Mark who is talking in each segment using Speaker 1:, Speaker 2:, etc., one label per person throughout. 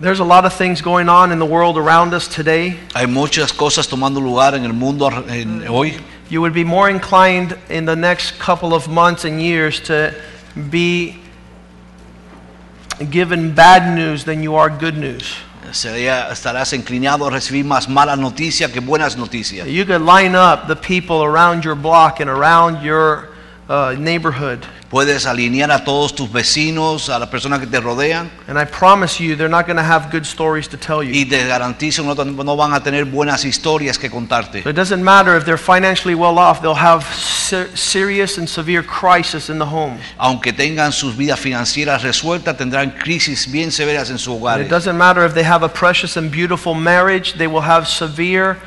Speaker 1: There's a lot of things going on in the world around us today.
Speaker 2: Hay muchas cosas tomando lugar en el mundo ar- en- hoy.
Speaker 1: You would be more inclined in the next couple of months and years to be given bad news than you are good news.
Speaker 2: Sería- estarás inclinado a recibir más malas noticias que buenas noticias.
Speaker 1: You could line up the people around your block and around your uh, neighborhood,
Speaker 2: Puedes alinear a todos tus vecinos, a las personas que te rodean,
Speaker 1: and I promise you they're not going to have good stories to tell you.
Speaker 2: y te garantizo no, tan- no van a tener buenas historias que contarte.
Speaker 1: So it doesn't matter if they're financially well off, they'll have ser- serious and severe crisis in the home.
Speaker 2: Aunque tengan sus vidas financieras resueltas, tendrán crisis bien severas en sus
Speaker 1: And it
Speaker 2: hogares.
Speaker 1: doesn't matter if they have a precious and beautiful marriage, they will have severe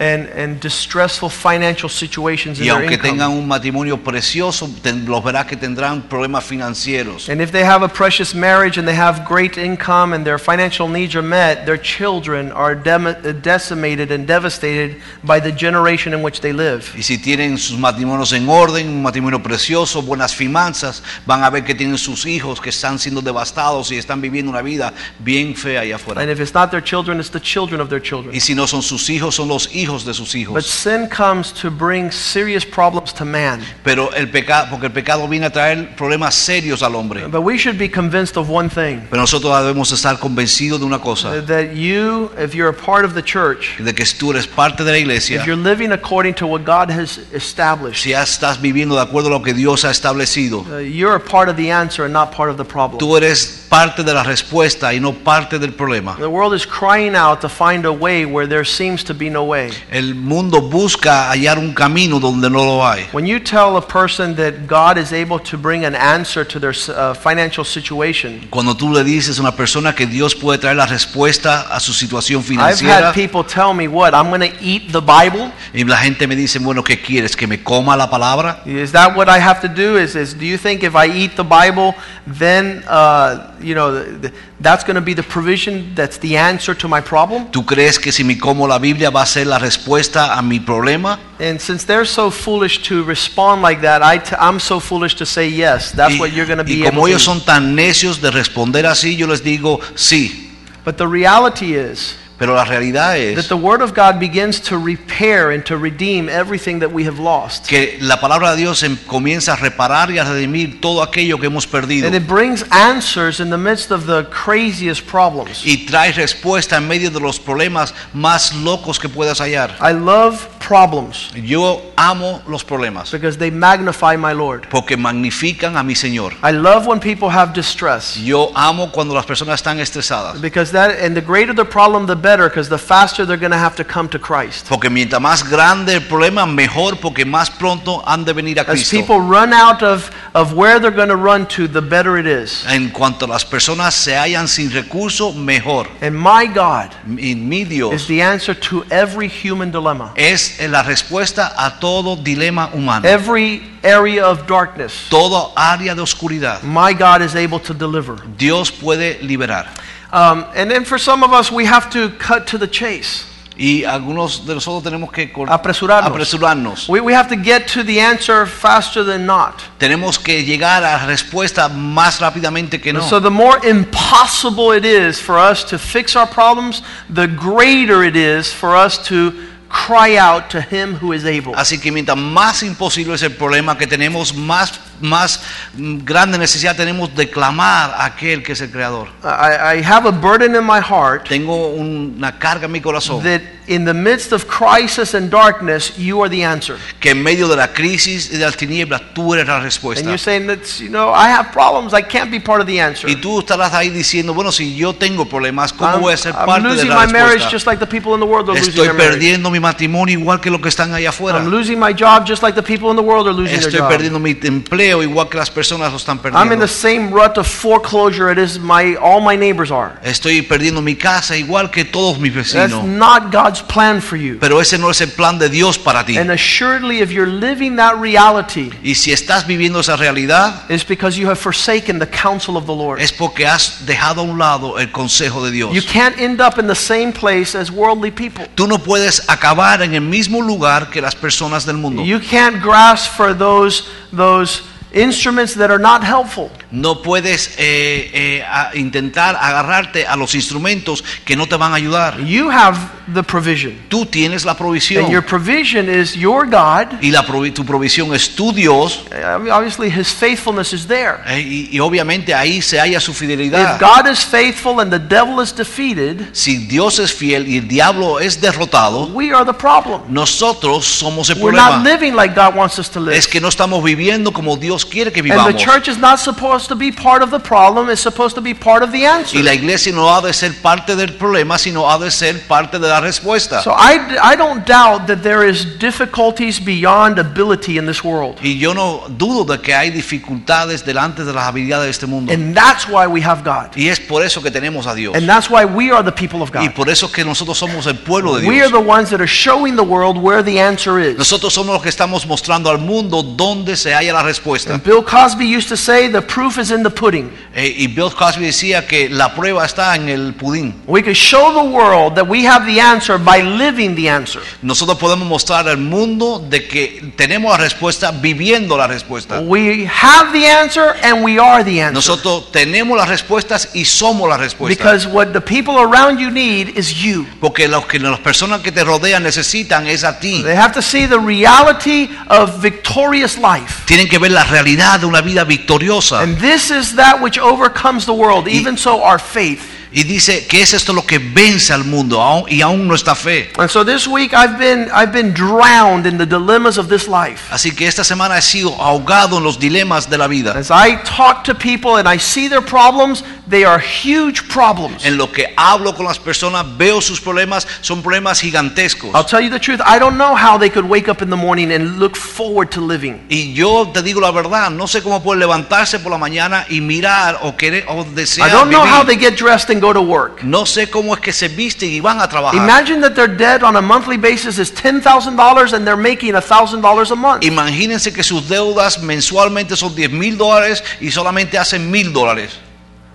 Speaker 1: and, and distressful financial situations in
Speaker 2: Y
Speaker 1: their
Speaker 2: aunque
Speaker 1: income.
Speaker 2: tengan un matrimonio precioso, ten- los verás que tendrán problemas financieros.
Speaker 1: and if they have a precious marriage and they have great income and their financial needs are met, their children are dem- uh, decimated and devastated by the generation in which they live.
Speaker 2: Y si tienen sus matrimonios en orden, un matrimonio precioso, buenas finanzas, van a ver que tienen sus hijos que están siendo devastados y están viviendo una vida bien fea allá
Speaker 1: And
Speaker 2: afuera.
Speaker 1: if it's not their children, it's the children of their children.
Speaker 2: Y si no son sus hijos, son los hijos de
Speaker 1: But
Speaker 2: sus hijos.
Speaker 1: sin comes to bring serious problems to man.
Speaker 2: Pero el pecado, porque el pecado viene a traer problemas serios al hombre.
Speaker 1: But we should be convinced of one thing
Speaker 2: Pero nosotros debemos estar convencidos de una cosa,
Speaker 1: that you, if you're a part of the church,
Speaker 2: de que tú eres parte de la
Speaker 1: if you're
Speaker 2: iglesia,
Speaker 1: living according to what God has established,
Speaker 2: si ya estás viviendo de acuerdo a lo que Dios ha establecido,
Speaker 1: uh, you're a part of the answer and not part of the problem.
Speaker 2: Tú eres parte de la respuesta y no parte del problema.
Speaker 1: The world is crying out to find a way where there seems to be no way.
Speaker 2: El mundo busca hallar un camino donde no lo hay.
Speaker 1: When you tell a person that God is able to bring an answer to their uh, financial situation,
Speaker 2: Cuando tú le dices a una persona que Dios puede traer la respuesta a su situación
Speaker 1: I've had
Speaker 2: financiera
Speaker 1: people tell me, What, I'm going to eat the Bible?
Speaker 2: y la gente me dice, bueno, ¿qué quieres? ¿Que me coma la palabra?
Speaker 1: Is that what I have to do? Is, is do you think if I eat the Bible, then uh, you know th- th- that's going to be the provision? That's the answer to my problem.
Speaker 2: ¿Tú crees que si me como la Biblia va a ser la respuesta a mi problema?
Speaker 1: And since they're so foolish to respond like that, I t- I'm so foolish to say yes. That's
Speaker 2: Y,
Speaker 1: what you're going to
Speaker 2: y
Speaker 1: be
Speaker 2: como
Speaker 1: able to.
Speaker 2: ellos
Speaker 1: do.
Speaker 2: son tan necios de responder así, yo les digo, sí.
Speaker 1: But the reality is
Speaker 2: Pero la realidad
Speaker 1: that
Speaker 2: es
Speaker 1: the Word of God begins to repair and to redeem everything that we have lost,
Speaker 2: que la palabra de Dios em- comienza a reparar y a redimir todo aquello que hemos perdido.
Speaker 1: and it brings answers in the midst of the craziest problems.
Speaker 2: y trae respuesta en medio de los problemas más locos que puedas hallar.
Speaker 1: I love problems
Speaker 2: Yo amo los problemas
Speaker 1: because they magnify my Lord.
Speaker 2: porque magnifican a mi Señor.
Speaker 1: I love when people have distress
Speaker 2: Yo amo cuando las personas están estresadas
Speaker 1: because that and the greater the problem the better because the faster they're going to have to come to Christ.
Speaker 2: porque mientras más grande el problema, mejor porque más pronto han de venir a
Speaker 1: As
Speaker 2: Cristo.
Speaker 1: people run out of, of where they're going to run to, the better it is.
Speaker 2: En cuanto las personas se hallan sin recursos, mejor.
Speaker 1: And my God
Speaker 2: Y mi
Speaker 1: is
Speaker 2: Dios
Speaker 1: the answer to every human dilemma,
Speaker 2: es la respuesta a todo dilema humano,
Speaker 1: every area of darkness.
Speaker 2: toda área de oscuridad.
Speaker 1: My God is able to deliver.
Speaker 2: Dios puede liberar.
Speaker 1: Um, and then for some of us, we have to cut to the chase.
Speaker 2: Y algunos de nosotros tenemos que cor-
Speaker 1: Apresurarnos.
Speaker 2: apresurarnos.
Speaker 1: We, we have to get to the answer faster than not.
Speaker 2: Tenemos que llegar a la respuesta más rápidamente que no.
Speaker 1: So the more impossible it is for us to fix our problems, the greater it is for us to cry out to him who is able.
Speaker 2: Así que mientras más imposible es el problema que tenemos, más, más mm, grande necesidad tenemos de clamar a aquel que es el Creador.
Speaker 1: I, I have a burden in my heart
Speaker 2: Tengo un- una carga en mi corazón
Speaker 1: that in the midst of crisis and darkness, you are the answer.
Speaker 2: que en medio de la crisis y de las tinieblas tú eres la
Speaker 1: And
Speaker 2: respuesta.
Speaker 1: you're saying that you know I have problems, I can't be part of the answer.
Speaker 2: Y tú estarás ahí diciendo, bueno, si yo tengo problemas, ¿cómo
Speaker 1: I'm,
Speaker 2: voy a ser
Speaker 1: I'm
Speaker 2: parte de
Speaker 1: losing
Speaker 2: la
Speaker 1: my marriage
Speaker 2: respuesta?
Speaker 1: just like the people in the world are losing
Speaker 2: Estoy
Speaker 1: their marriage.
Speaker 2: perdiendo mi matrimonio igual que los que están allá afuera.
Speaker 1: I'm losing my job just like the people in the world are losing their
Speaker 2: Estoy
Speaker 1: job.
Speaker 2: perdiendo mi empleo igual que las personas lo están
Speaker 1: I'm in
Speaker 2: perdiendo.
Speaker 1: the same rut of foreclosure it is my all my neighbors are.
Speaker 2: Estoy perdiendo mi casa igual que todos mis
Speaker 1: That's
Speaker 2: vecinos.
Speaker 1: not God's plan for you.
Speaker 2: Pero ese no es el plan de Dios para ti.
Speaker 1: And assuredly, if you're living that reality,
Speaker 2: Y si estás viviendo esa realidad,
Speaker 1: it's because you have forsaken the counsel of the Lord.
Speaker 2: es porque has dejado a un lado el consejo de
Speaker 1: You
Speaker 2: Dios.
Speaker 1: can't end up in the same place as worldly people.
Speaker 2: Tú no puedes acabar en el mismo lugar que las personas del mundo.
Speaker 1: You can't grasp for those, those instruments that are not helpful.
Speaker 2: No puedes eh, eh, a- intentar agarrarte a los instrumentos que no te van a ayudar.
Speaker 1: You have the provision.
Speaker 2: Tú tienes la
Speaker 1: And your
Speaker 2: provisión
Speaker 1: provision is your God.
Speaker 2: y la provi- tu provisión es tu Dios
Speaker 1: Uh, Obviously, His faithfulness is there.
Speaker 2: eh, y, y obviamente ahí se halla su
Speaker 1: If
Speaker 2: fidelidad.
Speaker 1: God is faithful and the devil is defeated,
Speaker 2: Si Dios es fiel y el diablo es derrotado,
Speaker 1: we are the problem.
Speaker 2: nosotros somos el
Speaker 1: We're not
Speaker 2: problema.
Speaker 1: living like God wants us to live.
Speaker 2: Es que no estamos viviendo como Dios quiere que
Speaker 1: And the
Speaker 2: vivamos.
Speaker 1: church is not supposed to be part of the problem, it's supposed to be part of the answer.
Speaker 2: Y la iglesia no ha de ser parte del problema, sino ha de ser parte de la respuesta.
Speaker 1: So I, I don't doubt that there is difficulties beyond ability in this world.
Speaker 2: Y yo no dudo de que hay dificultades delante de las habilidades de este mundo.
Speaker 1: And that's why we have God.
Speaker 2: Y es por eso que tenemos a Dios.
Speaker 1: And that's why we are the people of
Speaker 2: Y
Speaker 1: God.
Speaker 2: por eso que nosotros somos el pueblo de
Speaker 1: We are
Speaker 2: Dios.
Speaker 1: the ones that are showing the world where the answer is.
Speaker 2: Nosotros somos los que estamos mostrando al mundo dónde se halla la respuesta.
Speaker 1: And Bill Cosby used to say, the proof is in the pudding.
Speaker 2: Eh, y Bill Cosby decía que la prueba está en el pudín.
Speaker 1: We can show the world that we have the answer by living the answer.
Speaker 2: Nosotros podemos mostrar al mundo de que tenemos la respuesta viviendo la respuesta.
Speaker 1: We have the answer and we are the answer.
Speaker 2: Nosotros tenemos las respuestas y somos la respuesta.
Speaker 1: Because what the people around you need is you.
Speaker 2: Porque los que, las personas que te rodean necesitan es a ti.
Speaker 1: They have to see the reality of victorious life.
Speaker 2: Tienen que ver la realidad de una vida victoriosa.
Speaker 1: And this is that which overcomes the world, even so our faith.
Speaker 2: Y dice que es esto lo que vence al mundo aún- y aún nuestra fe.
Speaker 1: And so this week I've been I've been drowned in the dilemmas of this life.
Speaker 2: Así que esta semana he sido ahogado en los dilemas de la vida.
Speaker 1: As I talk to people and I see their problems, they are huge problems.
Speaker 2: En lo que hablo con las personas, veo sus problemas, son problemas gigantescos.
Speaker 1: I'll tell you the truth, I don't know how they could wake up in the morning and look forward to living.
Speaker 2: Y yo te digo la verdad, no sé cómo pueden levantarse por la mañana y mirar o querer o
Speaker 1: I
Speaker 2: desear
Speaker 1: don't know how
Speaker 2: vivir.
Speaker 1: they get dressed and go to work.
Speaker 2: No sé cómo es que se visten y van a trabajar.
Speaker 1: Imagine that their debt on a monthly basis is $10,000 and they're making $1,000 a month.
Speaker 2: Imagínense que sus deudas mensualmente son 10 mil dólares y solamente hacen mil dólares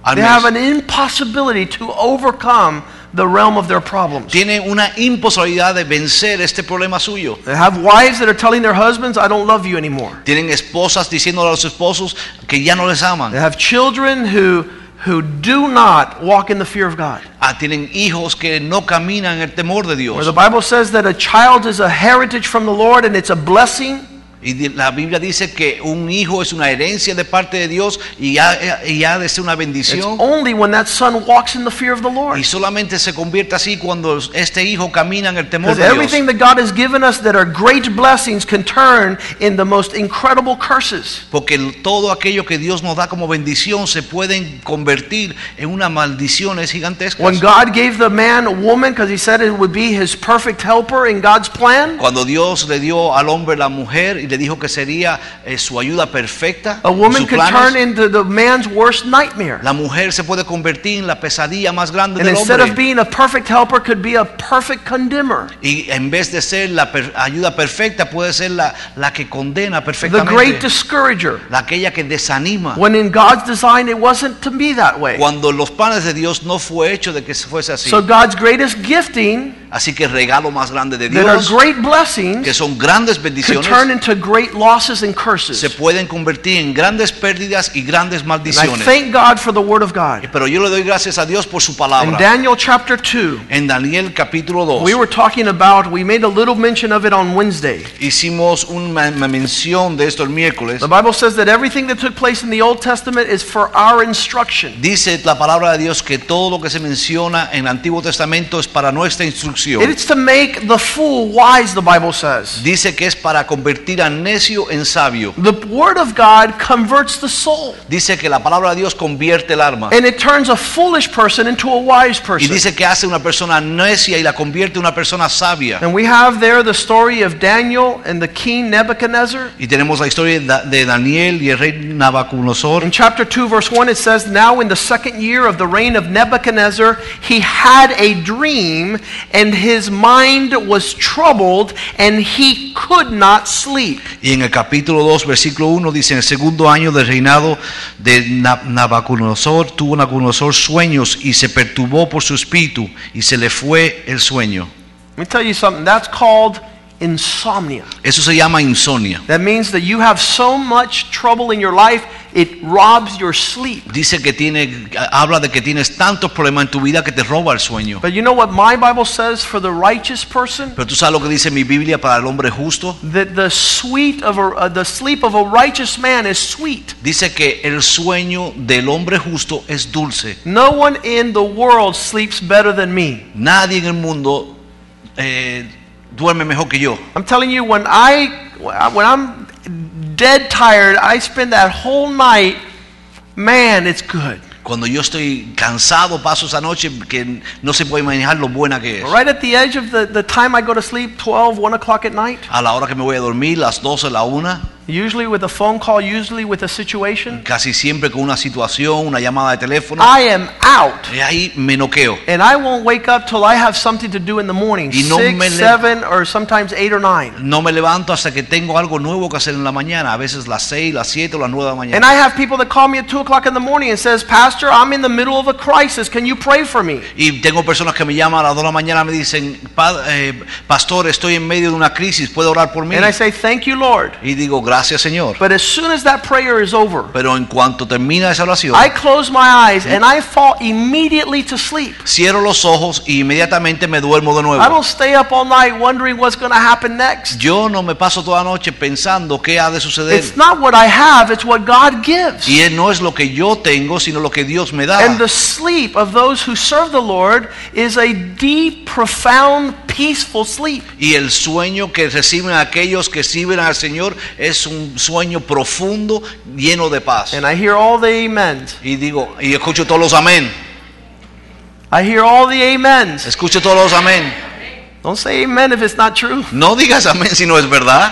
Speaker 2: al
Speaker 1: They have
Speaker 2: mes.
Speaker 1: an impossibility to overcome the realm of their problems.
Speaker 2: tiene una imposibilidad de vencer este problema suyo.
Speaker 1: They have wives that are telling their husbands, I don't love you anymore.
Speaker 2: Tienen esposas diciéndole a los esposos que ya no les
Speaker 1: They
Speaker 2: aman.
Speaker 1: have children who, who do not walk in the fear of God.
Speaker 2: Ah, tienen hijos que no caminan en el temor de
Speaker 1: Where the
Speaker 2: Dios.
Speaker 1: Bible says that a child is a heritage from the Lord and it's a blessing.
Speaker 2: Y di- la Biblia dice que un hijo es una herencia de parte de Dios y ha, y ha de ser una
Speaker 1: It's
Speaker 2: bendición.
Speaker 1: only when that son walks in the fear of the
Speaker 2: Y
Speaker 1: Lord.
Speaker 2: solamente se convierte así cuando este hijo camina en el temor
Speaker 1: Because
Speaker 2: de Dios.
Speaker 1: everything that God has given us that are great blessings can turn in the most incredible curses.
Speaker 2: Porque el- todo aquello que Dios nos da como bendición se pueden convertir en una maldición es gigantesca.
Speaker 1: When God gave the man a woman because he said it would be his perfect helper in God's plan,
Speaker 2: Cuando Dios le dio al hombre la mujer y le dijo que sería eh, su ayuda perfecta,
Speaker 1: A woman
Speaker 2: sus
Speaker 1: could
Speaker 2: planes,
Speaker 1: turn into the man's worst nightmare.
Speaker 2: la mujer se puede convertir en la pesadilla más grande
Speaker 1: And
Speaker 2: del
Speaker 1: instead
Speaker 2: hombre.
Speaker 1: of being a perfect helper, could be a perfect condemner.
Speaker 2: y en vez de ser la per- ayuda perfecta, puede ser la, la que condena
Speaker 1: The great
Speaker 2: perfectamente,
Speaker 1: discourager.
Speaker 2: la aquella que desanima.
Speaker 1: When in God's design, it wasn't to be that way.
Speaker 2: Cuando los planes de Dios no fue hecho de que fuese así.
Speaker 1: So God's greatest gifting,
Speaker 2: así que el regalo más grande de
Speaker 1: that are
Speaker 2: Dios,
Speaker 1: great
Speaker 2: que
Speaker 1: blessings,
Speaker 2: son grandes
Speaker 1: could
Speaker 2: bendiciones,
Speaker 1: turn into great losses and
Speaker 2: se
Speaker 1: curses.
Speaker 2: pueden convertir en grandes pérdidas y grandes
Speaker 1: And I
Speaker 2: maldiciones.
Speaker 1: thank God for the Word of God.
Speaker 2: Pero yo le doy gracias a Dios por su
Speaker 1: In
Speaker 2: palabra.
Speaker 1: Daniel chapter 2,
Speaker 2: En Daniel capítulo 2
Speaker 1: we were talking about, we made a little mention of it on Wednesday.
Speaker 2: hicimos una, una mención de esto el miércoles.
Speaker 1: The Bible says that everything that took place in the Old Testament is for our instruction.
Speaker 2: Dice la palabra de Dios que todo lo que se menciona en el Antiguo Testamento es para nuestra instrucción.
Speaker 1: It's to make the fool wise, the Bible says.
Speaker 2: Dice que es para convertir a necio en sabio.
Speaker 1: The Word of God converts the soul,
Speaker 2: Dice que la palabra de Dios convierte el alma.
Speaker 1: and it turns a foolish person into a wise
Speaker 2: Ah. Y
Speaker 1: person.
Speaker 2: dice que hace una persona necia y la convierte en una persona sabia.
Speaker 1: And we have there the story of Daniel and the king Nebuchadnezzar.
Speaker 2: Y tenemos la historia de Da- de Daniel y el rey Nabucodonosor.
Speaker 1: In chapter 2, verse 1, it says, Now in the second year of the reign of Nebuchadnezzar, he had a dream, and his mind was troubled, and he could not sleep.
Speaker 2: Y en el capítulo 2, versículo 1 dice, en el segundo año del reinado de Na- Nabucodonosor, tuvo Nabucodonosor sueños y se perturbó por su espíritu y se le fue el sueño.
Speaker 1: Let me tell you something. That's called insomnia.
Speaker 2: Eso se llama insomnia.
Speaker 1: That means that you have so much trouble in your life, it robs your sleep.
Speaker 2: Dice que tiene, habla de que tienes tantos problemas en tu vida que te roba el sueño.
Speaker 1: But you know what my Bible says for the righteous person?
Speaker 2: Pero tú sabes lo que dice mi Biblia para el hombre justo.
Speaker 1: That the sweet of a, uh, the sleep of a righteous man is sweet.
Speaker 2: Dice que el sueño del hombre justo es dulce.
Speaker 1: No one in the world sleeps better than me.
Speaker 2: Nadie en el mundo eh, duerme mejor que yo.
Speaker 1: I'm telling you, when I when I'm dead tired, I spend that whole night. Man, it's good.
Speaker 2: Cuando yo estoy cansado, paso esa noche que no se puede manejar lo buena que es.
Speaker 1: Right at the edge of the, the time I go to sleep, 12, 1 o'clock at night,
Speaker 2: A la hora que me voy a dormir, las 12, la 1,
Speaker 1: usually with a phone call, usually with a situation,
Speaker 2: casi siempre con una situación, una llamada de teléfono,
Speaker 1: I am out.
Speaker 2: y ahí me noqueo.
Speaker 1: And I won't wake up till I have something to do in the morning.
Speaker 2: Y no me
Speaker 1: six,
Speaker 2: le-
Speaker 1: seven, or sometimes eight or nine.
Speaker 2: No me levanto hasta que tengo algo nuevo que hacer en la mañana, a veces las 6, las 7 o las 9 de la
Speaker 1: And
Speaker 2: mañana.
Speaker 1: I have people that call me at two o'clock in the morning and says, Pastor, I'm in the middle of a crisis. Can you pray for me?
Speaker 2: Y tengo personas que me llaman a las 2 de la mañana y me dicen, "Pa- eh, pastor, estoy en medio de una crisis, ¿puedo orar por mí?
Speaker 1: And I say, Thank you, Lord.
Speaker 2: Y digo, gracias Señor.
Speaker 1: But as soon as that prayer is over,
Speaker 2: Pero en cuanto termina esa oración,
Speaker 1: I close my eyes and I fall immediately to sleep.
Speaker 2: cierro los ojos y inmediatamente me duermo de
Speaker 1: I
Speaker 2: nuevo.
Speaker 1: don't stay up all night wondering what's going to happen next.
Speaker 2: Yo no me paso toda la noche pensando qué ha de suceder.
Speaker 1: It's not what I have, it's what God gives.
Speaker 2: Y no es lo que yo tengo, sino lo que Dios me da.
Speaker 1: And the sleep of those who serve the Lord is a deep, profound, peaceful sleep.
Speaker 2: Y el sueño que reciben aquellos que sirven al Señor es un sueño profundo, lleno de paz.
Speaker 1: And I hear all the amens.
Speaker 2: Y digo, y escucho todos los amén.
Speaker 1: I hear all the amens.
Speaker 2: Escucho todos los amén.
Speaker 1: Don't say amen if it's not true.
Speaker 2: No digas amén si no es verdad.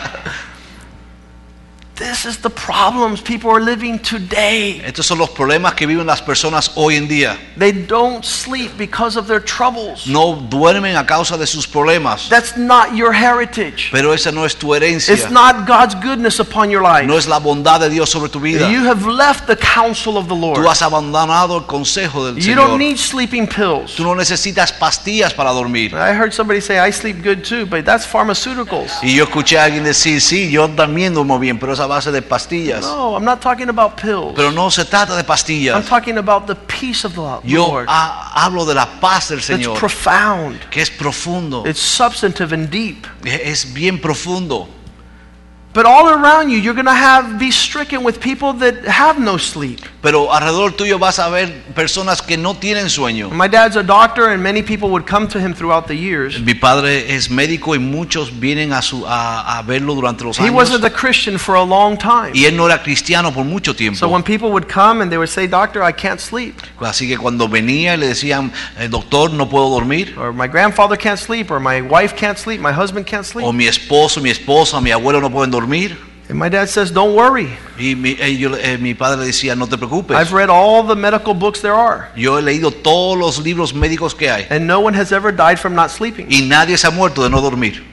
Speaker 1: This is the problems people are living today.
Speaker 2: Estos son los problemas que viven las personas hoy en día.
Speaker 1: They don't sleep because of their troubles.
Speaker 2: No duermen a causa de sus problemas.
Speaker 1: That's not your heritage.
Speaker 2: Pero esa no es tu
Speaker 1: It's
Speaker 2: herencia.
Speaker 1: not God's goodness upon your life.
Speaker 2: No es la bondad de Dios sobre tu vida.
Speaker 1: You have left the counsel of the
Speaker 2: Tú
Speaker 1: Lord.
Speaker 2: has abandonado el consejo del
Speaker 1: You don't
Speaker 2: Señor.
Speaker 1: need sleeping pills.
Speaker 2: Tú no necesitas pastillas para dormir.
Speaker 1: I heard somebody say, I sleep good too, but that's pharmaceuticals.
Speaker 2: Y yo escuché a alguien decir, sí, yo también duermo bien, pero es a base de pastillas.
Speaker 1: No, I'm not talking about pills.
Speaker 2: Pero no se trata de
Speaker 1: I'm
Speaker 2: pastillas.
Speaker 1: talking about the peace of the Lord.
Speaker 2: Yo ha- hablo de la paz del
Speaker 1: It's
Speaker 2: Señor,
Speaker 1: profound.
Speaker 2: que es profundo,
Speaker 1: It's substantive and deep.
Speaker 2: e- es bien profundo.
Speaker 1: But all around you, you're going to have be stricken with people that have no sleep.
Speaker 2: Pero alrededor tuyo vas a ver personas que no tienen sueño.
Speaker 1: My dad's a doctor, and many people would come to him throughout the years.
Speaker 2: Mi padre es médico y muchos vienen a, su, a, a verlo durante los
Speaker 1: He wasn't
Speaker 2: años.
Speaker 1: a Christian for a long time.
Speaker 2: Y él no era cristiano por mucho
Speaker 1: So
Speaker 2: tiempo.
Speaker 1: when people would come and they would say, Doctor, I can't sleep,
Speaker 2: Así que cuando venía y le decían, "Eh, doctor, no puedo dormir.
Speaker 1: or my grandfather can't sleep, or my wife can't sleep, my husband can't
Speaker 2: O
Speaker 1: sleep.
Speaker 2: mi esposo, mi esposa, mi abuelo no pueden dormir.
Speaker 1: And my dad says, Don't worry.
Speaker 2: Y mi, eh, yo le- eh, mi padre le decía, no te preocupes.
Speaker 1: I've read all the medical books there are,
Speaker 2: Yo he leído todos los libros médicos que hay.
Speaker 1: and no one has ever died from not sleeping.
Speaker 2: Y nadie se ha muerto de no dormir.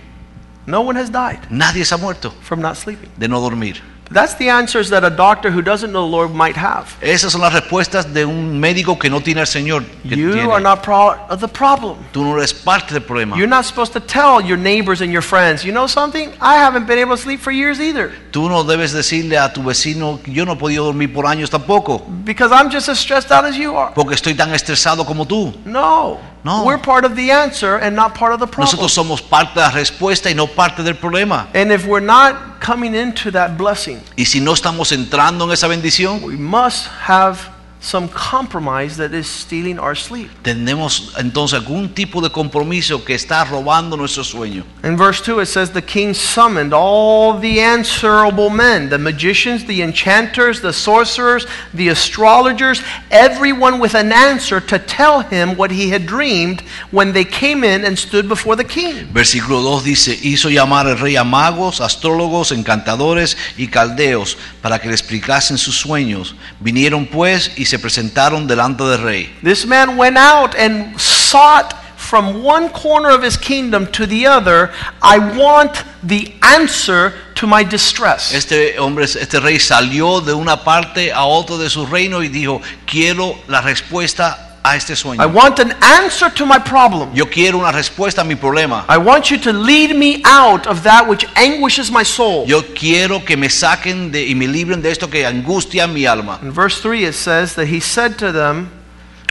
Speaker 1: No one has died
Speaker 2: Nadie se ha muerto
Speaker 1: from not sleeping.
Speaker 2: de no dormir.
Speaker 1: That's the answers that a doctor who doesn't know the Lord might have.
Speaker 2: Esas son las respuestas de un médico que no tiene al Señor. que tiene.
Speaker 1: You are not part of the problem.
Speaker 2: Tú no eres parte del problema.
Speaker 1: You're not supposed to tell your neighbors and your friends, you know something? I haven't been able to sleep for years either
Speaker 2: Tú no debes decirle a tu vecino, yo no he podido dormir por años tampoco,
Speaker 1: because I'm just as stressed out as you are.
Speaker 2: porque estoy tan estresado como tú.
Speaker 1: No.
Speaker 2: No.
Speaker 1: We're part of the answer and not part of the problem.
Speaker 2: Nosotros somos parte de la respuesta y no parte del problema.
Speaker 1: And if we're not coming into that blessing,
Speaker 2: Y si no estamos entrando en esa bendición,
Speaker 1: we must have some compromise that is stealing our sleep.
Speaker 2: tenemos entonces algún tipo de compromiso que está robando nuestro sueño.
Speaker 1: In verse 2, it says, The king summoned all the answerable men, the magicians, the enchanters, the sorcerers, the astrologers, everyone with an answer to tell him what he had dreamed when they came in and stood before the king.
Speaker 2: Versículo 2 dice, hizo llamar el rey a magos, astrólogos, encantadores y caldeos para que le explicasen sus sueños. Vinieron pues y se presentaron delante del rey.
Speaker 1: This man went out and sought from one corner of his kingdom to the other, I want the answer to my distress.
Speaker 2: Este hombre, este rey salió de una parte a otra de su reino y dijo, quiero la respuesta a este
Speaker 1: I
Speaker 2: sueño.
Speaker 1: want an answer to my problem.
Speaker 2: Yo quiero una respuesta a mi problema.
Speaker 1: I want you to lead me out of that which anguishes my soul.
Speaker 2: Yo quiero que me saquen de, y me libren de esto que angustia mi alma.
Speaker 1: In verse 3, it says that he said to them,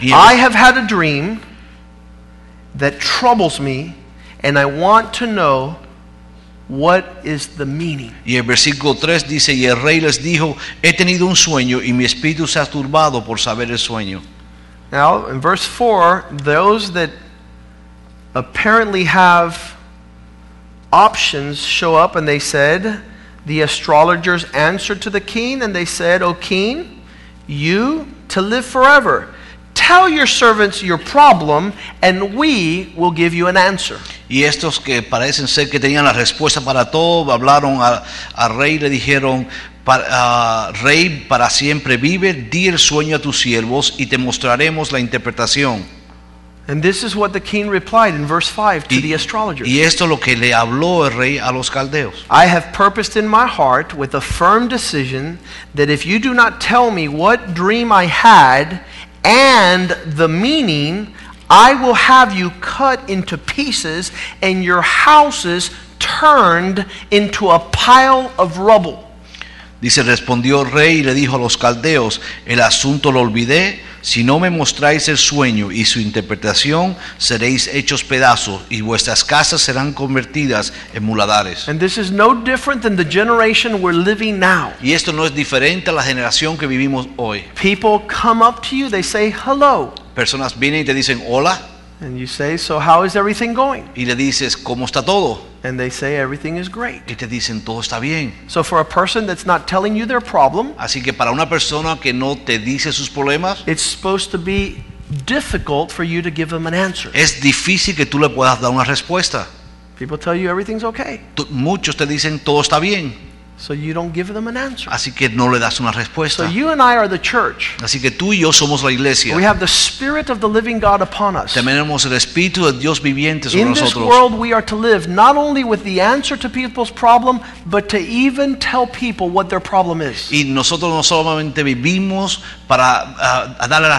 Speaker 2: Y en-
Speaker 1: I have had a dream that troubles me, and I want to know what is the meaning.
Speaker 2: Y el versículo 3 dice, y el rey les dijo, he tenido un sueño y mi espíritu se ha turbado por saber el sueño.
Speaker 1: Now, in verse 4, those that apparently have options show up and they said, The astrologers answered to the king, and they said, O king, you to live forever. Tell your servants your problem, and we will give you an answer.
Speaker 2: Y estos que parecen ser que tenían la respuesta para todo, hablaron a- al rey y le dijeron, "Pa- ah, rey, para siempre vive, di el sueño a tus siervos y te mostraremos la interpretación.
Speaker 1: And this is what the king replied in verse 5 to
Speaker 2: Y,
Speaker 1: the astrologers.
Speaker 2: y esto es lo que le habló el rey a los caldeos.
Speaker 1: I have purposed in my heart with a firm decision that if you do not tell me what dream I had and the meaning, I will have you cut into pieces and your houses turned into a pile of rubble.
Speaker 2: Dice, respondió el rey y le dijo a los caldeos, el asunto lo olvidé, si no me mostráis el sueño y su interpretación, seréis hechos pedazos y vuestras casas serán convertidas en muladares.
Speaker 1: And this is no different than the generation we're living now.
Speaker 2: Y esto no es diferente a la generación que vivimos hoy.
Speaker 1: People come up to you, they say hello.
Speaker 2: Personas vienen y te dicen hola
Speaker 1: And you say, So, how is everything going?
Speaker 2: y le dices, ¿cómo está todo?
Speaker 1: And they say, Everything is great.
Speaker 2: Y te dicen, todo está bien.
Speaker 1: So, for a person that's not telling you their problem,
Speaker 2: Así que para una persona que no te dice sus problemas,
Speaker 1: it's supposed to be difficult for you to give them an answer.
Speaker 2: es difícil que tú le puedas dar una respuesta.
Speaker 1: People tell you everything's okay,
Speaker 2: Tú- muchos te dicen, todo está bien.
Speaker 1: so you don't give them an answer.
Speaker 2: Así que no le das una
Speaker 1: So
Speaker 2: respuesta.
Speaker 1: you and I are the church.
Speaker 2: Así que tú y yo somos la
Speaker 1: We
Speaker 2: iglesia.
Speaker 1: have the Spirit of the living God upon us.
Speaker 2: Tenemos el Espíritu de Dios viviente sobre
Speaker 1: In this
Speaker 2: nosotros.
Speaker 1: world, we are to live not only with the answer to people's problem, but to even tell people what their problem is.
Speaker 2: Y nosotros no solamente vivimos para ah, a darle la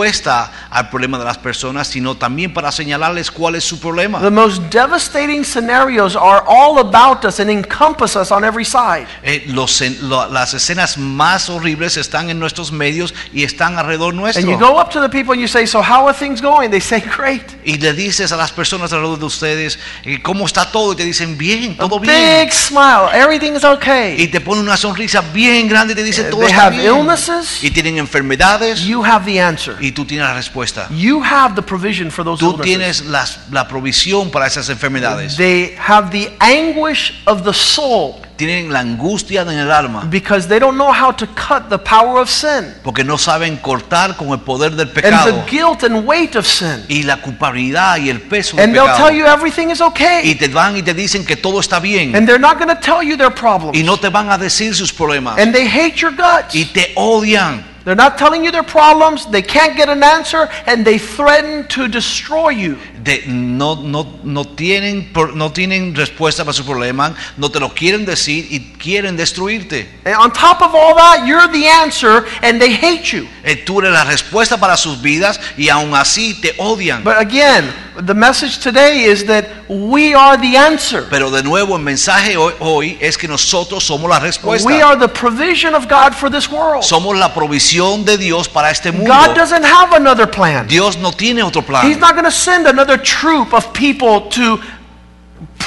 Speaker 2: respuesta al problema de las personas, sino también para señalarles cuál es su
Speaker 1: The
Speaker 2: problema.
Speaker 1: most devastating scenarios are all about us and encompass us on every side.
Speaker 2: Eh, los en- lo- las escenas más horribles están en nuestros medios y están alrededor
Speaker 1: And you
Speaker 2: nuestro.
Speaker 1: go up to the people and you say, So, how are things going? They say, Great.
Speaker 2: Y le dices a las personas alrededor de ustedes eh, cómo está todo y te dicen bien, todo bien.
Speaker 1: Big smile. Everything is okay.
Speaker 2: Y te ponen una sonrisa bien grande y te dicen todo
Speaker 1: They
Speaker 2: está
Speaker 1: have
Speaker 2: bien.
Speaker 1: illnesses.
Speaker 2: Y tienen enfermedades.
Speaker 1: You have the answer.
Speaker 2: y tú tienes la respuesta.
Speaker 1: You have the provision for those
Speaker 2: Tú
Speaker 1: illnesses.
Speaker 2: tienes las- la provisión para esas enfermedades.
Speaker 1: They have the anguish of the soul
Speaker 2: Tienen la angustia en el alma
Speaker 1: because they don't know how to cut the power of sin
Speaker 2: porque no saben cortar con el poder del
Speaker 1: and the
Speaker 2: pecado
Speaker 1: guilt and weight of sin.
Speaker 2: y la culpabilidad y el peso del
Speaker 1: And they'll
Speaker 2: pecado.
Speaker 1: tell you everything is
Speaker 2: Y
Speaker 1: okay.
Speaker 2: te van y te dicen que todo está bien
Speaker 1: And they're not going to tell you their
Speaker 2: y
Speaker 1: problems.
Speaker 2: no te van a decir sus problemas
Speaker 1: And they hate your guts.
Speaker 2: y te odian.
Speaker 1: They're not telling you their problems. They can't get an answer and they threaten to destroy you.
Speaker 2: De- no, no, no, tienen, por- no tienen respuesta para sus problemas, no te lo quieren decir y quieren destruirte.
Speaker 1: And on top of all that, you're the answer and they hate you.
Speaker 2: Eh, Tú eres la respuesta para sus vidas y aún así te odian.
Speaker 1: But again, the message today is that we are the answer.
Speaker 2: Pero de nuevo el mensaje hoy, hoy es que nosotros somos la respuesta.
Speaker 1: We are the provision of God for this world.
Speaker 2: somos la provisión de Dios para este mundo.
Speaker 1: God doesn't have another plan.
Speaker 2: Dios no tiene otro plan.
Speaker 1: He's not going to send another troop of people to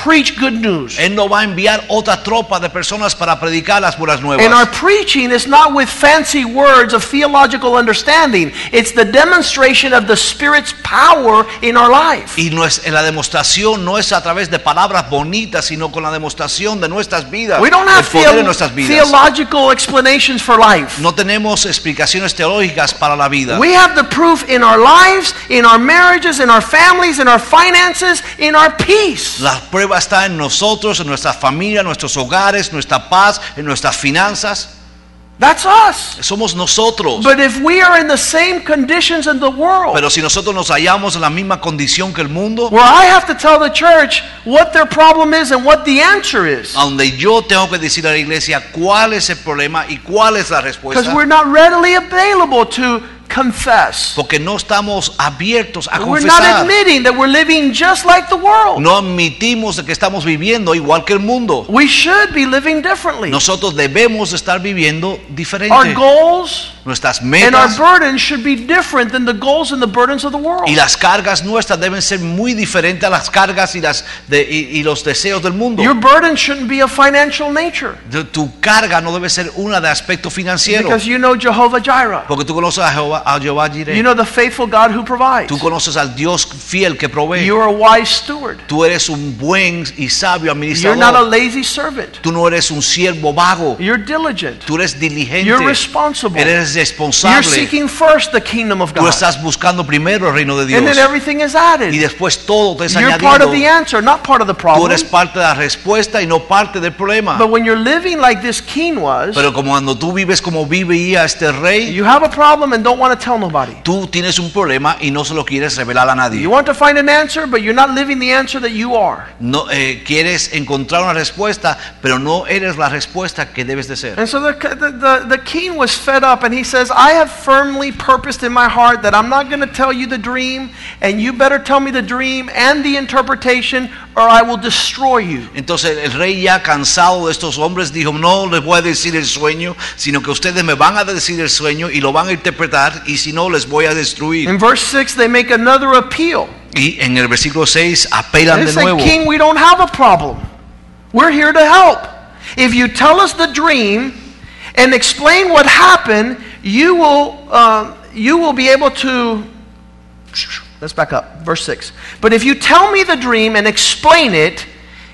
Speaker 1: preach good news.
Speaker 2: Él no va a enviar otra tropa de personas para predicar las buenas nuevas.
Speaker 1: And our preaching is not with fancy words of theological understanding. It's the demonstration of the Spirit's power in our life.
Speaker 2: y no es, la demostración no es a través de palabras bonitas, sino con la demostración de nuestras vidas.
Speaker 1: We don't have
Speaker 2: el poder de
Speaker 1: theo-
Speaker 2: nuestras vidas.
Speaker 1: theological explanations for life.
Speaker 2: no tenemos explicaciones teológicas para la vida.
Speaker 1: We have the proof in our lives, in our marriages, in our families, in our finances, in our peace.
Speaker 2: la prueba está en nosotros, en nuestra familia, en nuestros hogares, nuestra paz, en nuestras finanzas.
Speaker 1: That's us.
Speaker 2: Somos nosotros.
Speaker 1: But if we are in the same conditions in the world,
Speaker 2: Pero si nosotros nos hallamos en la misma condición que el mundo,
Speaker 1: where I have to tell the church what their problem is and what the answer is,
Speaker 2: a donde yo tengo que decir a la iglesia cuál es el problema y cuál es la
Speaker 1: because
Speaker 2: respuesta,
Speaker 1: we're not readily available to confess.
Speaker 2: porque no estamos abiertos a
Speaker 1: We're not
Speaker 2: confesar.
Speaker 1: admitting that we're living just like the world.
Speaker 2: No admitimos de que estamos viviendo igual que el mundo.
Speaker 1: We should be living differently.
Speaker 2: Nosotros debemos estar viviendo diferente.
Speaker 1: Our goals
Speaker 2: Nuestras
Speaker 1: and our
Speaker 2: metas
Speaker 1: burdens should be different than the goals and the burdens of the world.
Speaker 2: y las cargas nuestras deben ser muy diferentes a las cargas y, las de- y- y los deseos del mundo.
Speaker 1: Your burden shouldn't be of financial nature
Speaker 2: De- Tu carga no debe ser una de aspecto financiero.
Speaker 1: because you know Jehovah Jireh.
Speaker 2: Porque tú conoces a Jehová, a Jehová Jireh.
Speaker 1: You know the faithful God who provides.
Speaker 2: Tú conoces al Dios fiel que provee.
Speaker 1: You're a wise steward.
Speaker 2: Tú eres un buen y sabio
Speaker 1: You're not a
Speaker 2: administrador.
Speaker 1: lazy servant.
Speaker 2: Tú no eres un siervo vago.
Speaker 1: You're diligent.
Speaker 2: Tú eres diligente.
Speaker 1: You're responsible.
Speaker 2: Eres
Speaker 1: You're
Speaker 2: responsable.
Speaker 1: seeking first the kingdom of
Speaker 2: Tú
Speaker 1: God.
Speaker 2: estás buscando primero el reino de
Speaker 1: And then
Speaker 2: Dios.
Speaker 1: everything is
Speaker 2: Y
Speaker 1: added.
Speaker 2: después todo te es
Speaker 1: You're part of the
Speaker 2: añadido.
Speaker 1: answer, not part of the
Speaker 2: Tú
Speaker 1: problem.
Speaker 2: eres parte de la respuesta y no parte del problema.
Speaker 1: But when you're living like this king was,
Speaker 2: Pero como cuando tú vives como vivía este rey,
Speaker 1: you have a problem and don't want to tell nobody.
Speaker 2: tú tienes un problema y no se lo quieres revelar a nadie.
Speaker 1: You want to find an answer, but you're not living the answer that you are.
Speaker 2: No, eh, quieres encontrar una respuesta, pero no eres la respuesta que debes de ser.
Speaker 1: And so the, the, the, the king was fed up and he says, I have firmly purposed in my heart that I'm not going to tell you the dream, and you better tell me the dream and the interpretation, or I will destroy you.
Speaker 2: Entonces el rey ya cansado de estos hombres dijo, no les voy a decir el sueño, sino que ustedes me van a decir el sueño y lo van a interpretar y si no les voy a destruir.
Speaker 1: In verse 6, they make another appeal.
Speaker 2: Y en el versículo 6 apelan
Speaker 1: They
Speaker 2: de
Speaker 1: say,
Speaker 2: nuevo.
Speaker 1: King, we don't have a problem. We're here to help. If you tell us the dream and explain what happened, you will, um, you will be able to. Let's back up. Verse 6. But if you tell me the dream and explain it,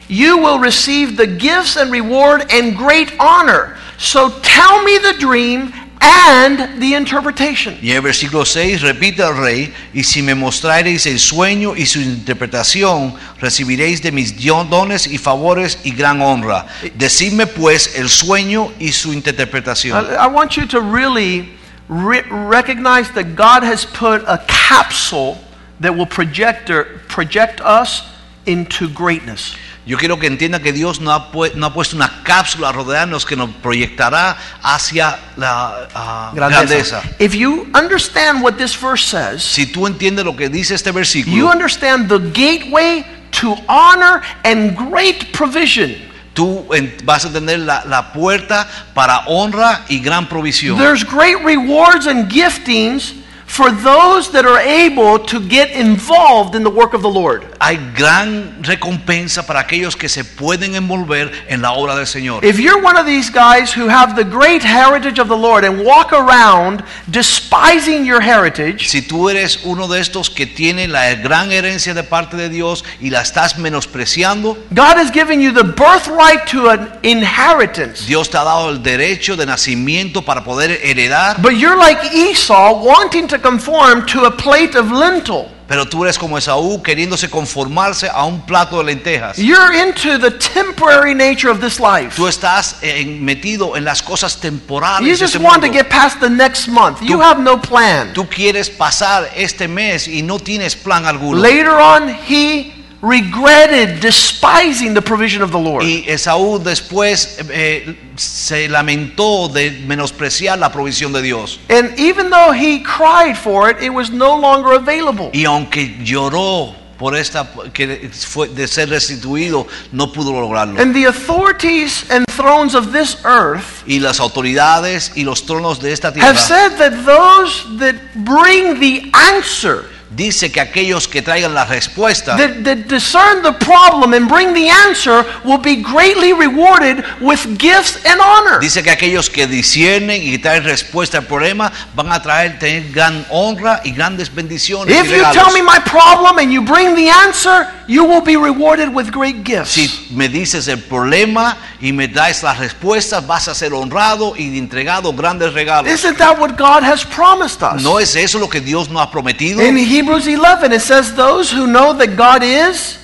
Speaker 1: you will receive the gifts and reward and great honor. So tell me the dream and the interpretation.
Speaker 2: Y en el versículo 6 repite al rey, y si me mostrareis el sueño y su interpretación, recibiréis de mis dio- dones y favores y gran honra. Decidme pues el sueño y su interpretación.
Speaker 1: I, I want you to really re- recognize that God has put a capsule that will projector, project us into greatness.
Speaker 2: Yo quiero que entienda que Dios no ha, pu- no ha puesto una cápsula a rodearnos que nos proyectará hacia la ah, grandeza.
Speaker 1: If you understand what this verse says,
Speaker 2: Si tú entiendes lo que dice este
Speaker 1: you
Speaker 2: versículo,
Speaker 1: understand the gateway to honor and great provision.
Speaker 2: tú en- vas a tener la, la puerta para honra y gran provisión.
Speaker 1: There's great rewards and giftings for those that are able to get involved in the work of the Lord.
Speaker 2: Hay gran recompensa para aquellos que se pueden envolver en la obra del Señor.
Speaker 1: If you're one of these guys who have the great heritage of the Lord and walk around despising your heritage,
Speaker 2: Si tú eres uno de estos que tiene la gran herencia de parte de Dios y la estás menospreciando,
Speaker 1: God has given you the birthright to an inheritance.
Speaker 2: Dios te ha dado el derecho de nacimiento para poder heredar,
Speaker 1: But you're like Esau, wanting to conform to a plate of lentil.
Speaker 2: pero tú eres como Esaú queriéndose conformarse a un plato de lentejas.
Speaker 1: You're into the temporary nature of this life.
Speaker 2: Tú estás eh, en- metido en las cosas temporales.
Speaker 1: You
Speaker 2: de
Speaker 1: just
Speaker 2: este
Speaker 1: want to
Speaker 2: mundo.
Speaker 1: get past the next month. You
Speaker 2: Tú-
Speaker 1: have no plan.
Speaker 2: Tú quieres pasar este mes y no tienes plan alguno.
Speaker 1: Later on, he regretted despising the provision of the Lord.
Speaker 2: Y Esaú después eh, se lamentó de menospreciar la provisión de Dios.
Speaker 1: And even though he cried for it, it was no longer available.
Speaker 2: Y aunque lloró por esta que fue de ser restituido, no pudo lograrlo.
Speaker 1: And the authorities and thrones of this earth
Speaker 2: Y las autoridades y los tronos de esta
Speaker 1: have
Speaker 2: tierra
Speaker 1: said that those that bring the answer,
Speaker 2: dice que aquellos que traigan la respuesta,
Speaker 1: that, that discern the problem and bring the answer, will be greatly rewarded with gifts and honor.
Speaker 2: dice que aquellos que disciernen y que traen respuesta al problema van a traer tener gran honra y grandes bendiciones. y
Speaker 1: If you
Speaker 2: regalos.
Speaker 1: tell me my problem and you bring the answer, you will be rewarded with great gifts.
Speaker 2: Si me dices el problema y me das las respuestas, vas a ser honrado y entregado grandes regalos.
Speaker 1: Isn't that what God has promised us?
Speaker 2: ¿No es eso lo que Dios nos ha prometido?
Speaker 1: In Hebrews 11, it says, Those who know that God is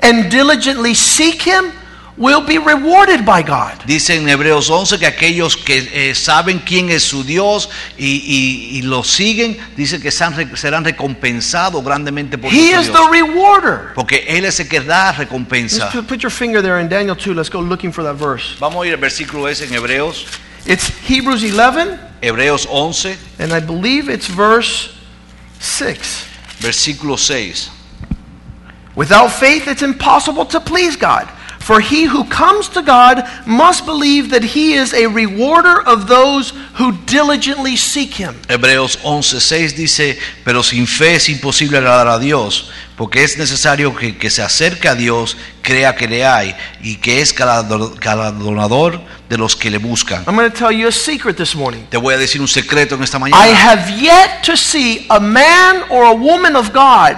Speaker 1: and diligently seek Him will be rewarded by God.
Speaker 2: Dice en Hebreos 11 que aquellos que eh, saben quién es su Dios y, y- y lo siguen, dice que serán, re- serán recompensados grandemente por
Speaker 1: He
Speaker 2: su
Speaker 1: is
Speaker 2: Dios.
Speaker 1: the rewarder.
Speaker 2: Porque Él es el que da recompensa.
Speaker 1: Just put- put your finger there in Daniel 2. Let's go looking for that verse.
Speaker 2: Vamos a ir al versículo ese en Hebreos,
Speaker 1: It's Hebrews 11,
Speaker 2: Hebreos 11,
Speaker 1: and I believe it's verse 6.
Speaker 2: versículo 6.
Speaker 1: Without faith, it's impossible to please God. For he who comes to God must believe that he is a rewarder of those who diligently seek him.
Speaker 2: Hebreos 11, 6 dice, pero sin fe es imposible agradar a Dios, porque es necesario que el que se acerque a Dios crea que le hay y que es galardo- galardonador de los que le buscan.
Speaker 1: I'm going to tell you a secret this morning.
Speaker 2: Te voy a decir un secreto en esta
Speaker 1: I
Speaker 2: mañana.
Speaker 1: have yet to see a man or a woman of God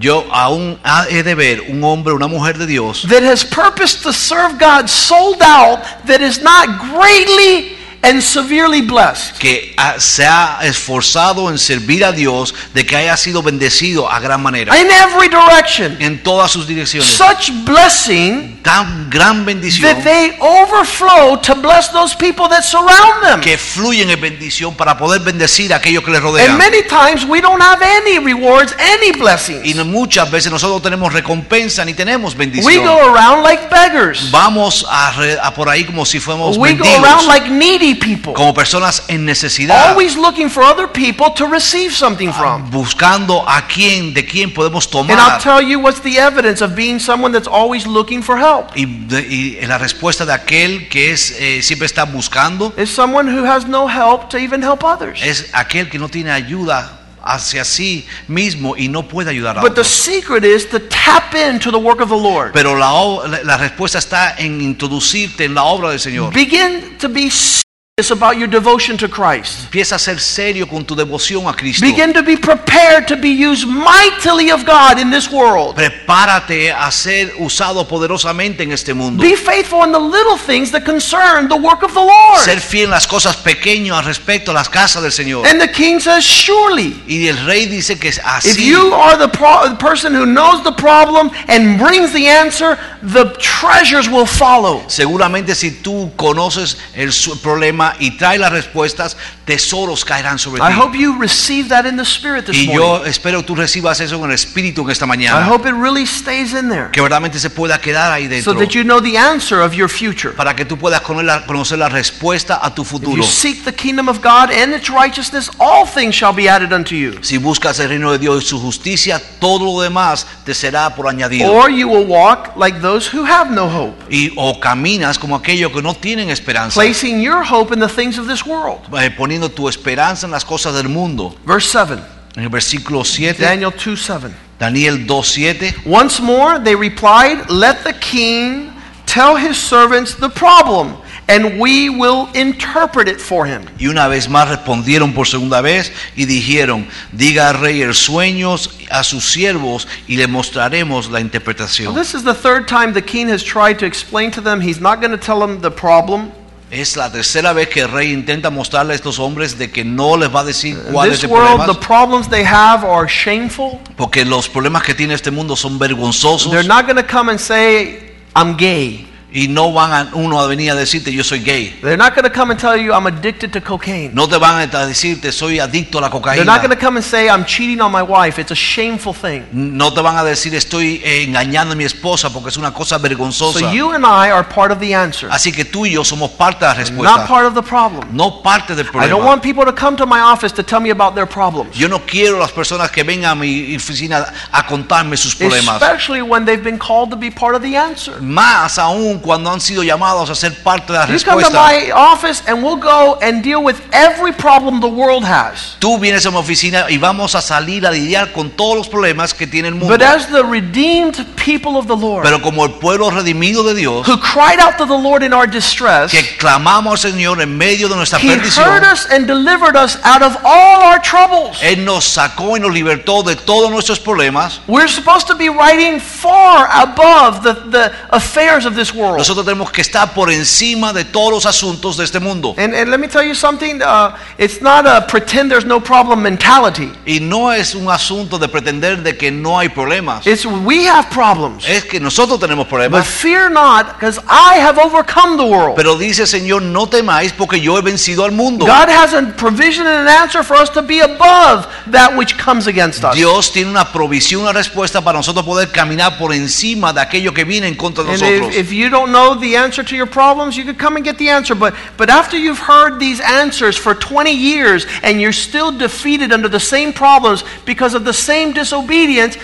Speaker 2: Yo aún ha- he de ver un hombre, una mujer de Dios
Speaker 1: that has purposed to serve God sold out that is not greatly and severely blessed.
Speaker 2: que ha- se ha esforzado en servir a Dios, de que haya sido bendecido a gran manera,
Speaker 1: In every direction.
Speaker 2: en todas sus direcciones.
Speaker 1: Such blessing
Speaker 2: Tan gran bendición
Speaker 1: that they overflow to bless those people that surround them.
Speaker 2: que fluyen en bendición para poder bendecir a aquellos que les rodean.
Speaker 1: And many times we don't have any rewards, any
Speaker 2: Y
Speaker 1: blessings.
Speaker 2: no- muchas veces nosotros no tenemos recompensa ni tenemos
Speaker 1: We
Speaker 2: bendición.
Speaker 1: go around like beggars.
Speaker 2: Vamos a, re- a por ahí como si fuéramos
Speaker 1: We go
Speaker 2: mendigos,
Speaker 1: around like needy people,
Speaker 2: como personas en necesidad,
Speaker 1: always looking for other people to receive
Speaker 2: Ah,
Speaker 1: something from.
Speaker 2: buscando a quién, de quién podemos
Speaker 1: And I'll
Speaker 2: tomar.
Speaker 1: tell you what's the evidence of being someone that's always looking for help.
Speaker 2: Y, de- y la respuesta de aquel que es eh, siempre está buscando
Speaker 1: Is someone who has no help to even help others.
Speaker 2: es aquel que no tiene ayuda hacia sí mismo y no puede ayudar a
Speaker 1: But the
Speaker 2: otros.
Speaker 1: secret is to tap into the work of the Lord.
Speaker 2: Pero la, o- la- la respuesta está en introducirte en la obra del Señor.
Speaker 1: Begin to be serious about your devotion to Christ.
Speaker 2: Empieza a ser serio con tu devoción a Cristo.
Speaker 1: Begin to be prepared to be used mightily of God in this world.
Speaker 2: Prepárate a ser usado poderosamente en este mundo.
Speaker 1: Be faithful in the little things that concern the work of the
Speaker 2: Ser
Speaker 1: Lord.
Speaker 2: fiel en las cosas pequeñas al respecto a las casas del Señor.
Speaker 1: And the king says, Surely,
Speaker 2: Y el rey dice que es
Speaker 1: if
Speaker 2: así.
Speaker 1: you are the pro- person who knows the problem and brings the answer, the treasures will follow.
Speaker 2: Seguramente si tú conoces el su- problema y traes las respuestas, tesoros caerán sobre
Speaker 1: I
Speaker 2: ti.
Speaker 1: hope you receive that in the spirit this
Speaker 2: Y
Speaker 1: morning.
Speaker 2: yo espero que tú recibas eso en el espíritu en esta
Speaker 1: I
Speaker 2: mañana.
Speaker 1: hope it really stays in there
Speaker 2: Ah. Que verdaderamente se pueda quedar ahí
Speaker 1: so
Speaker 2: dentro.
Speaker 1: that you know the answer of your future.
Speaker 2: Para que tú puedas conocer la, conocer la respuesta a tu
Speaker 1: If you
Speaker 2: futuro.
Speaker 1: seek the kingdom of God and its righteousness, all things shall be added unto you.
Speaker 2: Si buscas el reino de Dios y su justicia, todo lo demás te será por añadido.
Speaker 1: Or you will walk like those who have no hope,
Speaker 2: y o caminas como aquellos que no tienen esperanza,
Speaker 1: placing your hope in the things of this world.
Speaker 2: eh, poniendo tu esperanza en las cosas del mundo.
Speaker 1: Verse 7,
Speaker 2: En el versículo 7,
Speaker 1: Daniel 2 7.
Speaker 2: Daniel 2:7,
Speaker 1: Once more they replied, Let the king tell his servants the problem, and we will interpret it for him.
Speaker 2: y una vez más respondieron por segunda vez y dijeron: Diga al rey el sueño a sus siervos y le mostraremos la
Speaker 1: Well,
Speaker 2: interpretación.
Speaker 1: this is the third time the king has tried to explain to them he's not going to tell them the problem.
Speaker 2: Es la tercera vez que el rey intenta mostrarle a estos hombres de que no les va a decir
Speaker 1: In
Speaker 2: cuál es
Speaker 1: Uh, this
Speaker 2: el
Speaker 1: world, the
Speaker 2: problema,
Speaker 1: problems they have are shameful.
Speaker 2: porque los problemas que tiene este mundo son
Speaker 1: They're
Speaker 2: vergonzosos
Speaker 1: not going to come and say, I'm gay.
Speaker 2: y no van a uno a venir a decirte: Yo soy gay.
Speaker 1: They're not going to come and tell you, I'm addicted to cocaine.
Speaker 2: No te van a decirte soy adicto a la
Speaker 1: They're not
Speaker 2: cocaína.
Speaker 1: going to come and say, I'm cheating on my wife. It's a shameful thing.
Speaker 2: No te van a decir estoy eh, engañando a mi esposa porque es una cosa vergonzosa.
Speaker 1: So you and I are part of the answer,
Speaker 2: Así que tú y yo somos parte de la
Speaker 1: not
Speaker 2: respuesta,
Speaker 1: part of the problem.
Speaker 2: no parte del
Speaker 1: I don't
Speaker 2: problema.
Speaker 1: want people to come to my office to tell me about their problems,
Speaker 2: Yo no quiero las personas que vengan a mi oficina a contarme sus problemas.
Speaker 1: especially when they've been called to be part of the answer.
Speaker 2: Más aún cuando han sido llamados a ser parte de la
Speaker 1: You come to
Speaker 2: respuesta.
Speaker 1: my office and we'll go and deal with every problem the world has.
Speaker 2: Tú vienes a mi oficina y vamos a salir a lidiar con todos los problemas que tiene el mundo.
Speaker 1: But as the redeemed people of the Lord,
Speaker 2: Pero como el pueblo redimido de Dios,
Speaker 1: who cried out to the Lord in our distress,
Speaker 2: que clamamos al Señor en medio de nuestra
Speaker 1: He heard
Speaker 2: perdición,
Speaker 1: us and delivered us out of all our troubles.
Speaker 2: Él nos sacó y nos libertó de todos nuestros problemas.
Speaker 1: We're supposed to be writing far above the, the affairs of this world.
Speaker 2: Nosotros tenemos que estar por encima de todos los asuntos de este mundo.
Speaker 1: And, and let me tell you something uh, it's not a pretend there's no problem mentality.
Speaker 2: Y no es un asunto de pretender de que no hay problemas.
Speaker 1: It's we have problems.
Speaker 2: Es que nosotros tenemos
Speaker 1: But
Speaker 2: problemas.
Speaker 1: fear not, because I have overcome the world.
Speaker 2: Pero dice Señor, no temáis porque yo he vencido al mundo.
Speaker 1: God has a provision and an answer for us to be above that which comes against us.
Speaker 2: Dios tiene una provisión, una respuesta para nosotros poder caminar por encima de aquello que viene en contra de
Speaker 1: And if,
Speaker 2: nosotros.
Speaker 1: if you don't know the answer to your problems, you could come and get the answer. But, but after you've heard these answers for 20 years and you're still defeated under the same problems because of the same disobedience,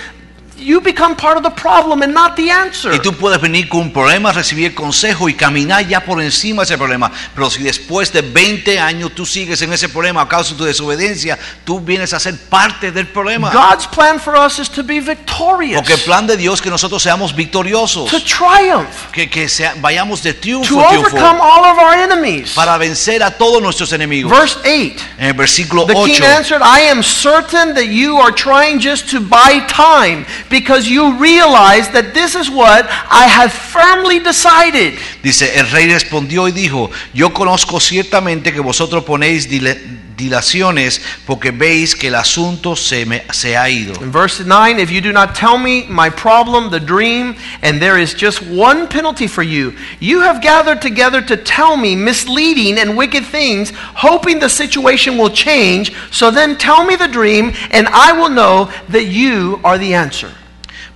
Speaker 1: you become part of the problem and not the answer.
Speaker 2: Y tú puedes venir con un problema, recibir consejo y caminar ya por encima de ese problema. Pero si después de 20 años tú sigues en ese problema a causa de tu desobediencia, tú vienes a ser parte del problema.
Speaker 1: God's plan for us is to be victorious,
Speaker 2: Porque el plan de Dios es que nosotros seamos victoriosos,
Speaker 1: to triumph,
Speaker 2: que, que sea- vayamos de
Speaker 1: to
Speaker 2: triunfo a triunfo
Speaker 1: overcome all of our enemies.
Speaker 2: para vencer a todos nuestros enemigos.
Speaker 1: Verse 8.
Speaker 2: en el versículo
Speaker 1: The king
Speaker 2: 8,
Speaker 1: answered, I am certain that you are trying just to buy time because you realize that this is what I have firmly decided.
Speaker 2: dice, el rey respondió y dijo, yo conozco ciertamente que vosotros ponéis dile- dilaciones porque veis que el asunto se, me, se ha ido.
Speaker 1: In verse 9, if you do not tell me my problem, the dream, and there is just one penalty for you, you have gathered together to tell me misleading and wicked things, hoping the situation will change. So then tell me the dream, and I will know that you are the answer.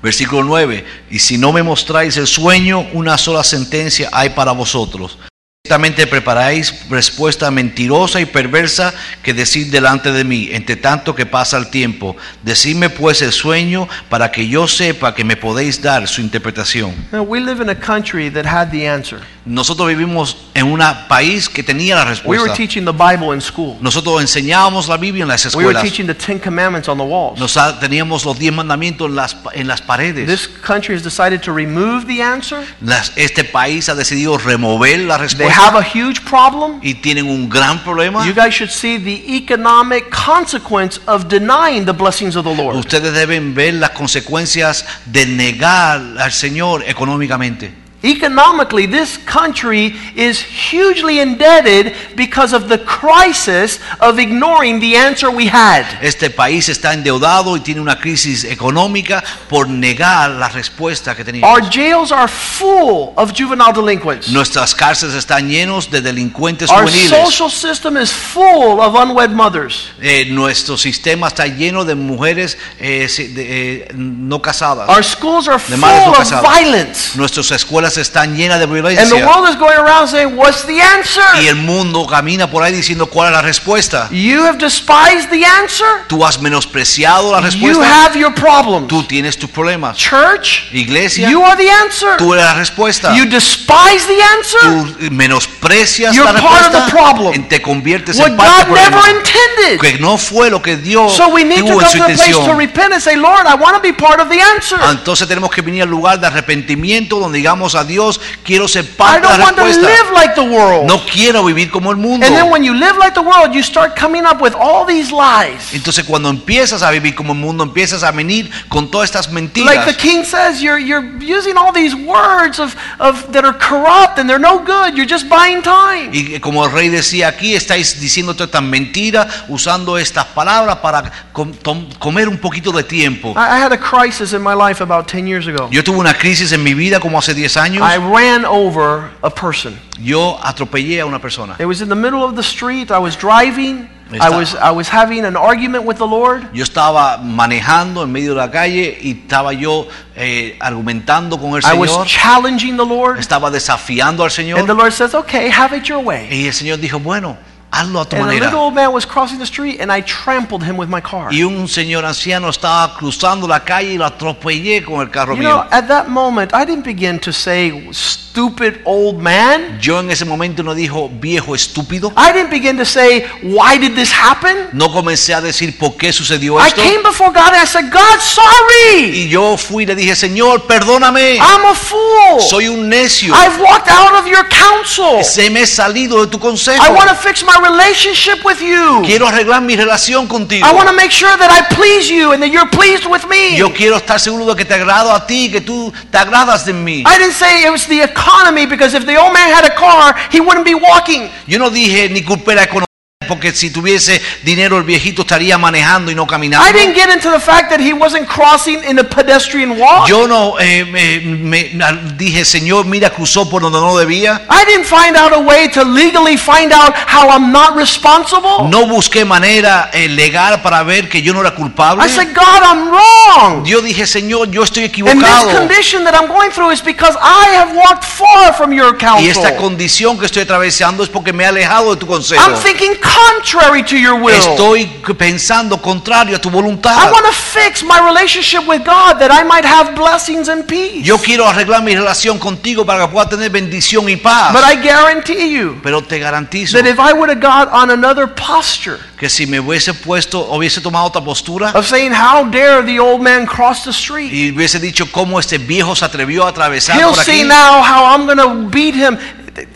Speaker 2: Versículo 9, y si no me mostráis el sueño, una sola sentencia hay para vosotros. Ciertamente preparáis respuesta mentirosa y perversa que decir delante de mí, entre tanto que pasa el tiempo. Decidme pues el sueño para que yo sepa que me podéis dar su interpretación.
Speaker 1: Now, we live in a country that had the answer.
Speaker 2: Nosotros vivimos en un país que tenía la
Speaker 1: We were
Speaker 2: respuesta.
Speaker 1: teaching the Bible in school.
Speaker 2: Nosotros enseñábamos la Biblia en las
Speaker 1: We were
Speaker 2: escuelas.
Speaker 1: teaching the Ten Commandments on the walls.
Speaker 2: Nos ha- teníamos los diez mandamientos en las, pa- en las paredes.
Speaker 1: This country has decided to remove the answer.
Speaker 2: Las- este país ha decidido remover la
Speaker 1: They
Speaker 2: respuesta.
Speaker 1: have a huge problem.
Speaker 2: y tienen un gran problema.
Speaker 1: You guys should see the economic consequence of denying the blessings of the Lord.
Speaker 2: Ustedes deben ver las consecuencias de negar al Señor económicamente.
Speaker 1: Economically, this country is hugely indebted because of the crisis of ignoring the answer we had.
Speaker 2: Este país está endeudado y tiene una crisis económica por negar la respuesta que tenía.
Speaker 1: Our jails are full of juvenile delinquents.
Speaker 2: Nuestras cárceles están llenos de delincuentes
Speaker 1: Our
Speaker 2: juveniles.
Speaker 1: social system is full of unwed mothers.
Speaker 2: Eh, nuestro sistema está lleno de mujeres eh, si- de, eh, no casadas.
Speaker 1: Our schools are
Speaker 2: de
Speaker 1: full
Speaker 2: madres no
Speaker 1: of
Speaker 2: casadas.
Speaker 1: violence.
Speaker 2: Nuestras escuelas están llenas de
Speaker 1: And the
Speaker 2: violencia.
Speaker 1: world is going around saying, What's the
Speaker 2: Y
Speaker 1: answer?
Speaker 2: el mundo camina por ahí diciendo cuál es la respuesta.
Speaker 1: You have despised the answer.
Speaker 2: Tú has menospreciado la
Speaker 1: You
Speaker 2: respuesta.
Speaker 1: have your problems.
Speaker 2: Tú tienes tus problemas.
Speaker 1: Church,
Speaker 2: Iglesia,
Speaker 1: you are the answer.
Speaker 2: tú eres la respuesta.
Speaker 1: You despise the answer.
Speaker 2: Tú menosprecias
Speaker 1: You're
Speaker 2: la
Speaker 1: part of
Speaker 2: respuesta
Speaker 1: the problem.
Speaker 2: y te conviertes
Speaker 1: What
Speaker 2: en parte
Speaker 1: God
Speaker 2: del
Speaker 1: never
Speaker 2: problema.
Speaker 1: intended.
Speaker 2: Que no fue lo que Dios
Speaker 1: So we need to
Speaker 2: tuvo en
Speaker 1: come
Speaker 2: su
Speaker 1: to a place to
Speaker 2: intención.
Speaker 1: repent and say, Lord, I want to be part of the answer.
Speaker 2: Entonces tenemos que venir al lugar de arrepentimiento donde digamos a Dios, quiero ser
Speaker 1: I
Speaker 2: parte de
Speaker 1: don't
Speaker 2: la
Speaker 1: want to
Speaker 2: respuesta.
Speaker 1: live like the world.
Speaker 2: No quiero vivir como el mundo.
Speaker 1: And then when you live like the world, you start coming up with all these lies.
Speaker 2: Entonces cuando empiezas a vivir como el mundo, empiezas a venir con todas estas mentiras.
Speaker 1: Like the king says, you're, you're using all these words of, of, that are corrupt and they're no good. You're just buying time.
Speaker 2: Y como el rey decía aquí, estáis diciendo todas estas mentiras, usando estas palabras para com- tom- comer un poquito de tiempo.
Speaker 1: I, I had a crisis in my life about 10 years ago.
Speaker 2: Yo tuve una crisis en mi vida como hace 10 años.
Speaker 1: I ran over a person.
Speaker 2: Yo atropellé a una persona.
Speaker 1: It was in the middle of the street. I was driving. I
Speaker 2: Está-
Speaker 1: was, I was having an argument with the Lord.
Speaker 2: Yo estaba manejando en medio de la calle y estaba yo eh, argumentando con el
Speaker 1: I was
Speaker 2: Señor.
Speaker 1: challenging the Lord.
Speaker 2: Estaba desafiando al
Speaker 1: And the
Speaker 2: Señor.
Speaker 1: Lord says, okay, have it your way.
Speaker 2: Y el Señor dijo, bueno, hazlo a tu
Speaker 1: And a
Speaker 2: manera.
Speaker 1: little old man was crossing the street and I trampled him with my car.
Speaker 2: Y un señor anciano estaba cruzando la calle y lo atropellé con el carro
Speaker 1: You know,
Speaker 2: mío.
Speaker 1: at that moment, I didn't begin to say, stupid old man.
Speaker 2: Yo en ese momento no dijo viejo estúpido.
Speaker 1: I didn't begin to say, why did this happen?
Speaker 2: No comencé a decir por qué sucedió
Speaker 1: I
Speaker 2: esto.
Speaker 1: came before God and I said, God, sorry.
Speaker 2: Y yo fui y le dije, Señor, perdóname.
Speaker 1: I'm a fool.
Speaker 2: Soy un necio.
Speaker 1: I've walked out of your counsel.
Speaker 2: Se me he salido de tu consejo.
Speaker 1: I want to fix my relationship with you.
Speaker 2: Quiero arreglar mi relación contigo.
Speaker 1: I want to make sure that I please you and that you're pleased with me.
Speaker 2: Yo quiero estar seguro de que te agrado a ti, que tú te agradas de mí.
Speaker 1: I didn't say it was the economy because if the old man had a car, he wouldn't be walking.
Speaker 2: Yo no dije ni culpé la economía Porque si tuviese dinero el viejito estaría manejando y no caminando.
Speaker 1: I didn't get into the fact that he wasn't crossing in a pedestrian walk.
Speaker 2: Yo no eh, me, me- dije, Señor, mira, cruzó por donde no debía.
Speaker 1: I didn't find out a way to legally find out how I'm not responsible.
Speaker 2: No busqué manera eh, legal para ver que yo no era culpable.
Speaker 1: I said, God, I'm wrong.
Speaker 2: Yo dije, Señor, yo estoy
Speaker 1: And this
Speaker 2: equivocado.
Speaker 1: condition that I'm going through is because I have walked far from your
Speaker 2: Y esta
Speaker 1: counsel.
Speaker 2: condición que estoy atravesando es porque me he alejado de tu consejo.
Speaker 1: I'm thinking contrary to your will.
Speaker 2: Estoy pensando contrario a tu voluntad.
Speaker 1: I want to fix my relationship with God that I might have blessings and peace.
Speaker 2: Yo quiero arreglar mi relación contigo para que pueda tener bendición y
Speaker 1: But
Speaker 2: paz.
Speaker 1: I guarantee you
Speaker 2: Pero te garantizo
Speaker 1: that if I would have got on another posture
Speaker 2: que si me hubiese puesto, hubiese tomado otra postura
Speaker 1: of saying, How dare the old man cross the street?
Speaker 2: y hubiese dicho cómo este viejo se atrevió a atravesar
Speaker 1: He'll
Speaker 2: por
Speaker 1: see
Speaker 2: aquí,
Speaker 1: now how I'm going to beat him.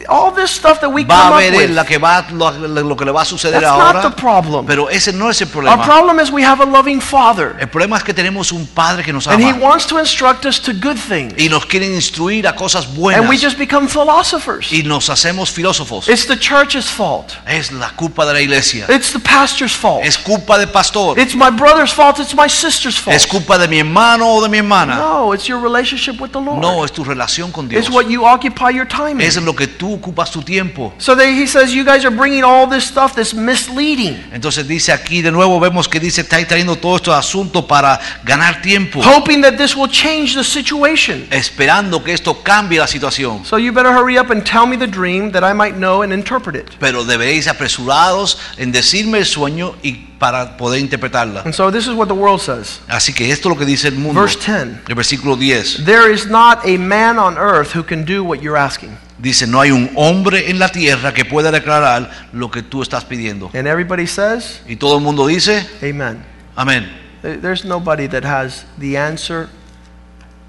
Speaker 1: All this stuff that we
Speaker 2: va
Speaker 1: come
Speaker 2: a
Speaker 1: up
Speaker 2: ver
Speaker 1: with.
Speaker 2: la que va, lo, lo que le va a suceder
Speaker 1: That's not
Speaker 2: ahora.
Speaker 1: the problem.
Speaker 2: Pero ese no es el
Speaker 1: Our
Speaker 2: problema.
Speaker 1: problem is we have a loving father,
Speaker 2: El problema es que tenemos un padre que nos
Speaker 1: and he
Speaker 2: ama
Speaker 1: wants to instruct us to good things,
Speaker 2: y nos quieren instruir a cosas
Speaker 1: and we
Speaker 2: buenas
Speaker 1: just become philosophers.
Speaker 2: y nos hacemos filósofos.
Speaker 1: It's the church's fault.
Speaker 2: Es la culpa de la iglesia.
Speaker 1: It's the pastor's fault.
Speaker 2: Es culpa del pastor.
Speaker 1: It's my brother's fault. It's my sister's fault.
Speaker 2: Es culpa de mi hermano o de mi hermana.
Speaker 1: No, it's your relationship with the Lord.
Speaker 2: No, es tu relación con Dios.
Speaker 1: It's what you occupy your time in.
Speaker 2: Es en lo que tú ocupas tu tiempo.
Speaker 1: So they, he says, you guys are bringing all this stuff that's misleading,
Speaker 2: Entonces dice aquí de nuevo, vemos que dice, estáis trayendo todos estos asuntos para ganar tiempo,
Speaker 1: hoping that this will change the situation.
Speaker 2: esperando que esto cambie la situación.
Speaker 1: So you better hurry up and tell me the dream that I might know and interpret it.
Speaker 2: Pero deberéis apresurados en decirme el sueño y para poder interpretarla.
Speaker 1: And so this is what the world says.
Speaker 2: Así que esto es lo que dice el mundo.
Speaker 1: Mm. Verse 10.
Speaker 2: El versículo 10
Speaker 1: There is not a man on earth who can do what you're asking.
Speaker 2: dice, no hay un hombre en la tierra que pueda declarar lo que tú estás pidiendo.
Speaker 1: And everybody says,
Speaker 2: Y todo el mundo dice,
Speaker 1: Amen.
Speaker 2: amén.
Speaker 1: There- There's nobody that has the answer.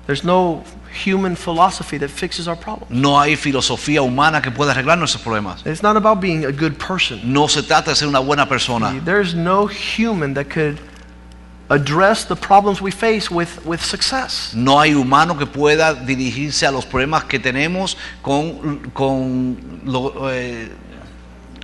Speaker 1: There's no human philosophy that fixes our problem.
Speaker 2: No hay filosofía humana que pueda arreglar nuestros problemas.
Speaker 1: It's not about being a good person.
Speaker 2: No se trata de ser una buena persona.
Speaker 1: There's no human that could address the problems we face with, with success.
Speaker 2: No hay humano que pueda dirigirse a los problemas que tenemos con, con lo- eh,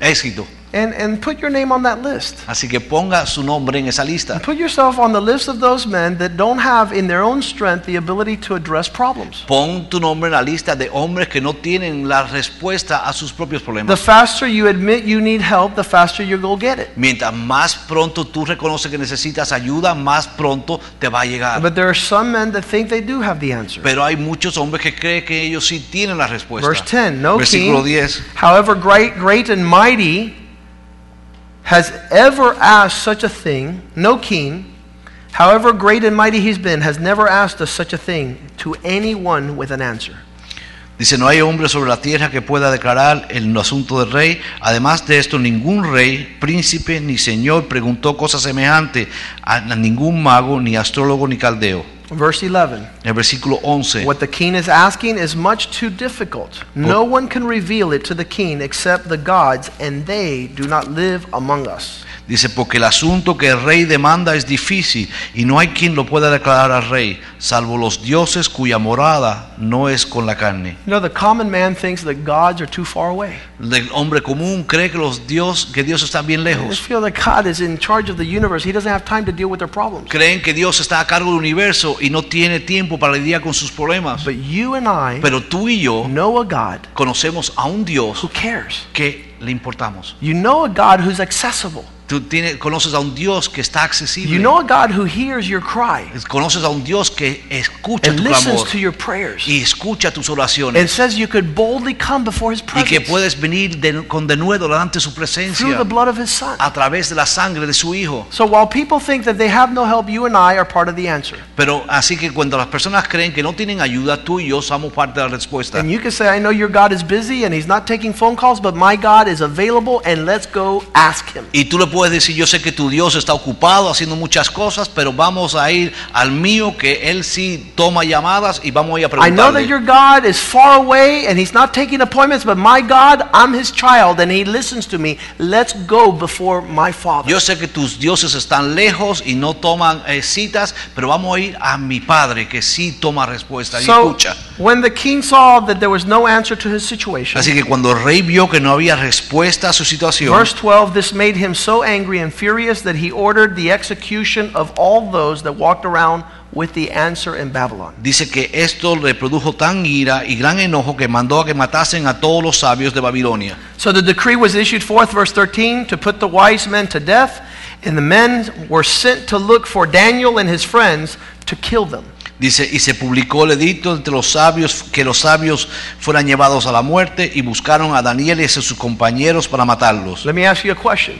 Speaker 2: éxito.
Speaker 1: And, and put your name on that list.
Speaker 2: Así que ponga su nombre en esa lista.
Speaker 1: Put yourself on the list of those men that don't have in their own strength the ability to address problems.
Speaker 2: Pon tu nombre en la lista de hombres que no tienen la respuesta a sus propios
Speaker 1: The
Speaker 2: problemas.
Speaker 1: faster you admit you need help, the faster you'll go get it.
Speaker 2: Mientras más pronto tú reconoces que necesitas ayuda, más pronto te va a llegar.
Speaker 1: But there are some men that think they do have the answer.
Speaker 2: Pero hay muchos hombres que creen que ellos sí tienen la
Speaker 1: Verse
Speaker 2: respuesta.
Speaker 1: 10 No
Speaker 2: Versículo
Speaker 1: king,
Speaker 2: 10.
Speaker 1: however great, great and mighty, has ever asked such a thing. No king, however great and mighty he's been, has never asked us such a thing to anyone with an answer.
Speaker 2: Dice, no hay hombre sobre la tierra que pueda declarar el asunto del rey. Además de esto, ningún rey, príncipe ni señor preguntó cosa semejante a a ningún mago, ni astrólogo, ni caldeo.
Speaker 1: Verse 11
Speaker 2: El versículo 11.
Speaker 1: What the king is asking is much too difficult. No one can reveal it to the king except the gods, and they do not live among us.
Speaker 2: Dice, porque el asunto que el rey demanda es difícil y no hay quien lo pueda declarar al rey, salvo los dioses cuya morada no es con la carne.
Speaker 1: You know, the common man thinks that gods are too far away.
Speaker 2: El hombre común cree que, los dios, que Dios está bien
Speaker 1: They just
Speaker 2: lejos.
Speaker 1: feel that God is in charge of the universe. He doesn't have time to deal with their problems.
Speaker 2: Creen que Dios está a cargo del universo y no tiene tiempo para lidiar con sus problemas.
Speaker 1: But you and I
Speaker 2: Pero tú y yo
Speaker 1: know a God
Speaker 2: conocemos a un Dios
Speaker 1: who cares.
Speaker 2: que le importamos.
Speaker 1: You know a God who's accessible.
Speaker 2: Tú tienes, conoces a un Dios que está accesible.
Speaker 1: You know a God who hears your cry
Speaker 2: conoces a un Dios que escucha
Speaker 1: and
Speaker 2: tu
Speaker 1: listens
Speaker 2: clamor
Speaker 1: to your prayers
Speaker 2: y escucha tus oraciones
Speaker 1: and says you could boldly come before his
Speaker 2: y que
Speaker 1: presence
Speaker 2: puedes venir de- con denuedo delante de su
Speaker 1: through the
Speaker 2: presencia
Speaker 1: blood of his son.
Speaker 2: a través de la sangre de su Hijo.
Speaker 1: So while people think that they have no help, you and I are part of the answer.
Speaker 2: Pero así que cuando las personas creen que no tienen ayuda, tú y yo somos parte de la respuesta.
Speaker 1: And you can say, I know your God is busy and he's not taking phone calls, but my God is available and let's go ask him.
Speaker 2: Y tú le puedes decir, yo sé que tu Dios está ocupado haciendo muchas cosas, pero vamos a ir al mío, que Él sí toma llamadas y vamos a ir a
Speaker 1: I know that
Speaker 2: preguntarle.
Speaker 1: your God is far away and he's not taking appointments, but my God, I'm his child and he listens to me. Let's go before my Father.
Speaker 2: Yo sé que tus dioses están lejos y no toman eh, citas, pero vamos a ir a mi Padre que sí toma respuesta y
Speaker 1: So
Speaker 2: escucha.
Speaker 1: When the king saw that there was no answer to his situation,
Speaker 2: Así que cuando el rey vio que no había respuesta a su situación,
Speaker 1: verse 12, this made him so angry and furious that he ordered the execution of all those that walked around with the answer in Babylon.
Speaker 2: dice que esto le produjo tan ira y gran enojo que mandó a que matasen a todos los sabios de Babilonia.
Speaker 1: So the decree was issued forth, verse 13, to put the wise men to death, and the men were sent to look for Daniel and his friends to kill them.
Speaker 2: Dice, y se publicó el edicto entre los sabios que los sabios fueran llevados a la muerte y buscaron a Daniel y a sus compañeros para matarlos.
Speaker 1: Let me ask you a question.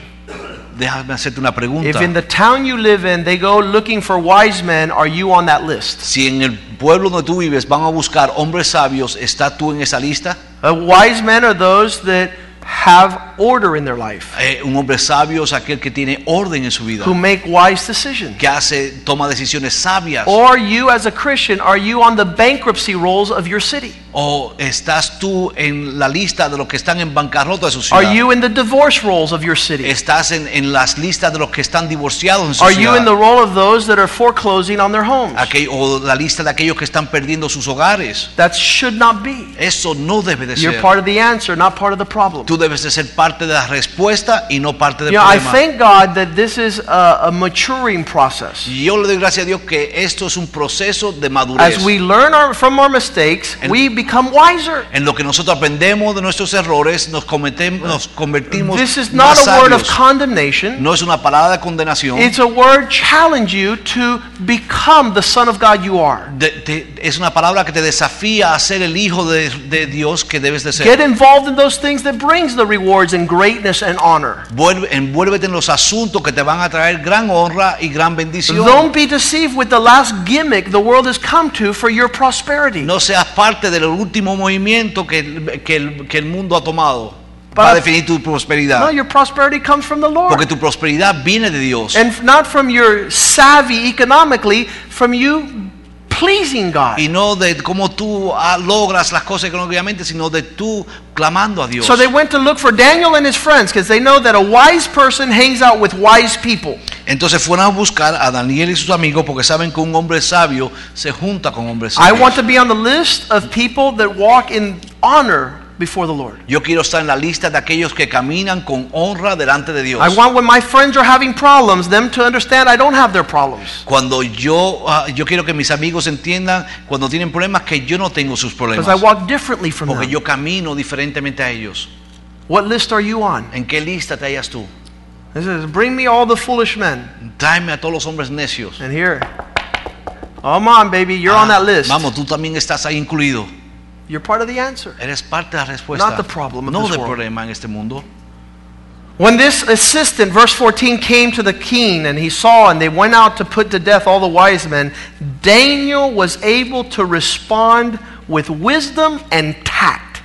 Speaker 2: Déjame hacerte una
Speaker 1: If
Speaker 2: pregunta.
Speaker 1: in the town you live in they go looking for wise men, are you on that list?
Speaker 2: Si en el pueblo donde tú vives van a buscar hombres sabios, ¿estás tú en esa lista?
Speaker 1: Uh, wise men are those that have order in their life,
Speaker 2: Eh, un hombre sabio es aquel que tiene orden en su vida,
Speaker 1: who make wise decisions.
Speaker 2: que hace, toma decisiones sabias.
Speaker 1: Or you, as a Christian, are you on the bankruptcy rolls of your city?
Speaker 2: ¿O estás tú en la lista de los que están en bancarrota de su ciudad?
Speaker 1: Are you in the divorce rolls of your city?
Speaker 2: ¿Estás en, en las listas de los que están divorciados en su
Speaker 1: Are you
Speaker 2: ciudad?
Speaker 1: in the role of those that are foreclosing on their homes?
Speaker 2: Aquel- ¿O la lista de aquellos que están perdiendo sus hogares?
Speaker 1: That should not be.
Speaker 2: Eso no debe de
Speaker 1: You're
Speaker 2: ser.
Speaker 1: part of the answer, not part of the problem.
Speaker 2: Tú debes de ser parte de la respuesta y no parte
Speaker 1: You
Speaker 2: del
Speaker 1: know, I
Speaker 2: problema.
Speaker 1: thank God that this is a, a maturing process.
Speaker 2: Y Yo le doy gracias a Dios que esto es un proceso de madurez.
Speaker 1: As we learn our, from our mistakes,
Speaker 2: And-
Speaker 1: we become wiser.
Speaker 2: En lo que nosotros aprendemos de nuestros errores, nos, cometem- nos convertimos
Speaker 1: This is not
Speaker 2: más
Speaker 1: a word of
Speaker 2: sabios.
Speaker 1: condemnation.
Speaker 2: No es una palabra de condenación.
Speaker 1: It's a word challenge you to become the son of God you are.
Speaker 2: De- te- es una palabra que te desafía a ser el hijo de, de Dios que debes de ser.
Speaker 1: Get involved in those things that brings the rewards and greatness and honor.
Speaker 2: Vuelve- envuélvete en los asuntos que te van a traer gran honra y gran bendición.
Speaker 1: Don't be deceived with the last gimmick the world has come to for your prosperity.
Speaker 2: No seas parte del último movimiento que, el- que el, que el mundo ha tomado
Speaker 1: Para-
Speaker 2: para definir tu
Speaker 1: No,
Speaker 2: prosperidad.
Speaker 1: your prosperity comes from the Lord.
Speaker 2: Porque tu prosperidad viene de Dios.
Speaker 1: and not from your savvy economically, from you pleasing God.
Speaker 2: Y no de cómo tú ah, logras las cosas económicamente, sino de tú clamando a Dios.
Speaker 1: So they went to look for Daniel and his friends because they know that a wise person hangs out with wise people.
Speaker 2: Entonces fueron a buscar a Daniel y sus amigos porque saben que un hombre sabio se junta con hombres
Speaker 1: I
Speaker 2: sabios.
Speaker 1: want to be on the list of people that walk in honor before the Lord.
Speaker 2: Yo quiero estar en la lista de aquellos que caminan con honra delante de Dios.
Speaker 1: I want when my friends are having problems, them to understand I don't have their problems.
Speaker 2: Cuando yo, ah, yo quiero que mis amigos entiendan cuando tienen problemas que yo no tengo sus
Speaker 1: Because I
Speaker 2: problemas.
Speaker 1: walk differently from
Speaker 2: Porque
Speaker 1: them.
Speaker 2: yo camino diferentemente a ellos.
Speaker 1: What list are you on?
Speaker 2: ¿En qué lista te hallas tú?
Speaker 1: It says, Bring me all the foolish men.
Speaker 2: Tráeme a todos los hombres necios.
Speaker 1: And here, come on, baby, you're on
Speaker 2: Ah,
Speaker 1: that list.
Speaker 2: Vamos, tú también estás ahí incluido.
Speaker 1: You're part of the answer.
Speaker 2: Eres parte de la respuesta.
Speaker 1: Not the problem of
Speaker 2: no
Speaker 1: this
Speaker 2: del
Speaker 1: world.
Speaker 2: problema en este mundo.
Speaker 1: When this assistant, verse 14, came to the king and he saw, and they went out to put to death all the wise men, Daniel was able to respond with wisdom and tact.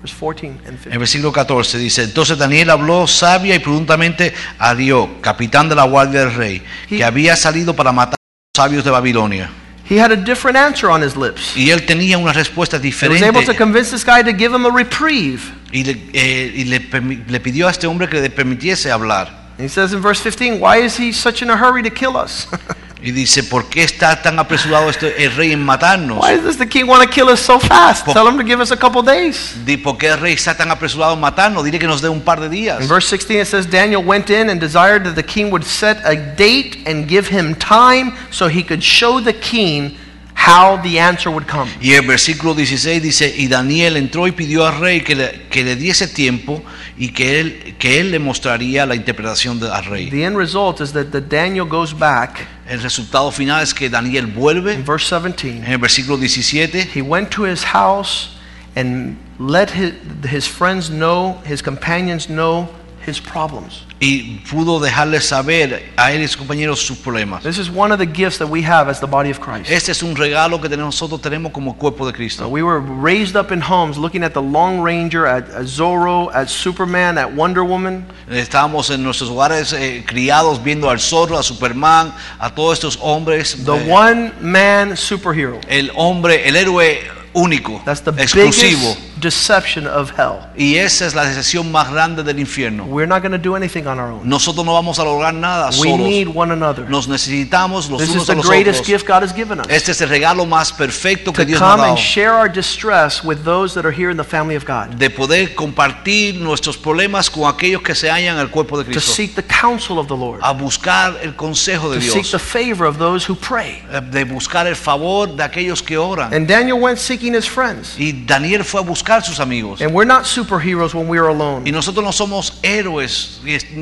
Speaker 1: Verse 14 and
Speaker 2: En
Speaker 1: 15.
Speaker 2: versículo 14 dice, entonces Daniel habló sabia y prudentemente a Dios, capitán de la guardia del rey,
Speaker 1: He-
Speaker 2: que había salido para matar a los sabios de Babilonia.
Speaker 1: He had a different answer on his lips.
Speaker 2: Y él tenía una respuesta
Speaker 1: He was able to
Speaker 2: diferente
Speaker 1: convince this guy to give him a reprieve.
Speaker 2: y, le, eh, y le permi- le pidió a este hombre que le permitiese hablar.
Speaker 1: And he says in verse 15, Why is he such in a hurry to kill us?
Speaker 2: Y dice, ¿por qué está tan apresurado este, el rey en matarnos?
Speaker 1: Why does the king want to kill us so fast? Tell him to give us a couple days.
Speaker 2: Di, ¿Por qué el rey está tan apresurado en matarnos? Dile que nos dé un par de días.
Speaker 1: In verse 16, it says, Daniel went in and desired that the king would set a date and give him time so he could show the king how the answer would come.
Speaker 2: Y el versículo 16 dice, y Daniel entró y pidió al rey que le, que le diese tiempo y que él, que él le mostraría la interpretación de- al rey.
Speaker 1: The end result is that the Daniel goes back
Speaker 2: El resultado final es que Daniel
Speaker 1: in
Speaker 2: vuelve.
Speaker 1: verse
Speaker 2: En
Speaker 1: 17.
Speaker 2: el versículo 17
Speaker 1: He went to his house and let his, his friends know, his companions know his problems.
Speaker 2: y pudo dejarle saber a él y sus compañeros sus problemas.
Speaker 1: This is one of the gifts that we have as the body of Christ.
Speaker 2: Este es un regalo que tenemos- nosotros tenemos como cuerpo de
Speaker 1: So
Speaker 2: Cristo.
Speaker 1: we were raised up in homes looking at the Long Ranger, at, at Zorro, at Superman, at Wonder Woman.
Speaker 2: Estábamos en nuestros hogares eh, criados viendo al zorro, a Superman, a todos estos hombres.
Speaker 1: The
Speaker 2: eh,
Speaker 1: one man superhero.
Speaker 2: el hombre, el héroe único,
Speaker 1: That's the
Speaker 2: exclusivo.
Speaker 1: biggest deception of hell.
Speaker 2: Y esa es la decepción más grande del infierno.
Speaker 1: We're not going to do anything on our own.
Speaker 2: Nosotros no vamos a lograr nada
Speaker 1: We
Speaker 2: solos.
Speaker 1: need one another.
Speaker 2: Nos necesitamos los
Speaker 1: This is
Speaker 2: unos
Speaker 1: the
Speaker 2: a los
Speaker 1: greatest
Speaker 2: otros.
Speaker 1: gift God has given us.
Speaker 2: Este es el regalo más perfecto que
Speaker 1: To
Speaker 2: Dios nos ha
Speaker 1: come and
Speaker 2: dado.
Speaker 1: share our distress with those that are here in the family of God.
Speaker 2: De poder compartir nuestros problemas con aquellos que se hallan en el cuerpo de
Speaker 1: To
Speaker 2: Cristo.
Speaker 1: seek the counsel of the Lord.
Speaker 2: A buscar el consejo de
Speaker 1: To seek
Speaker 2: Dios.
Speaker 1: the favor of those who pray.
Speaker 2: Eh, De buscar el favor de aquellos que oran.
Speaker 1: And Daniel went seeking his friends.
Speaker 2: Y Daniel fue a buscar sus amigos.
Speaker 1: And we're not superheroes when we are alone.
Speaker 2: Y nosotros no somos héroes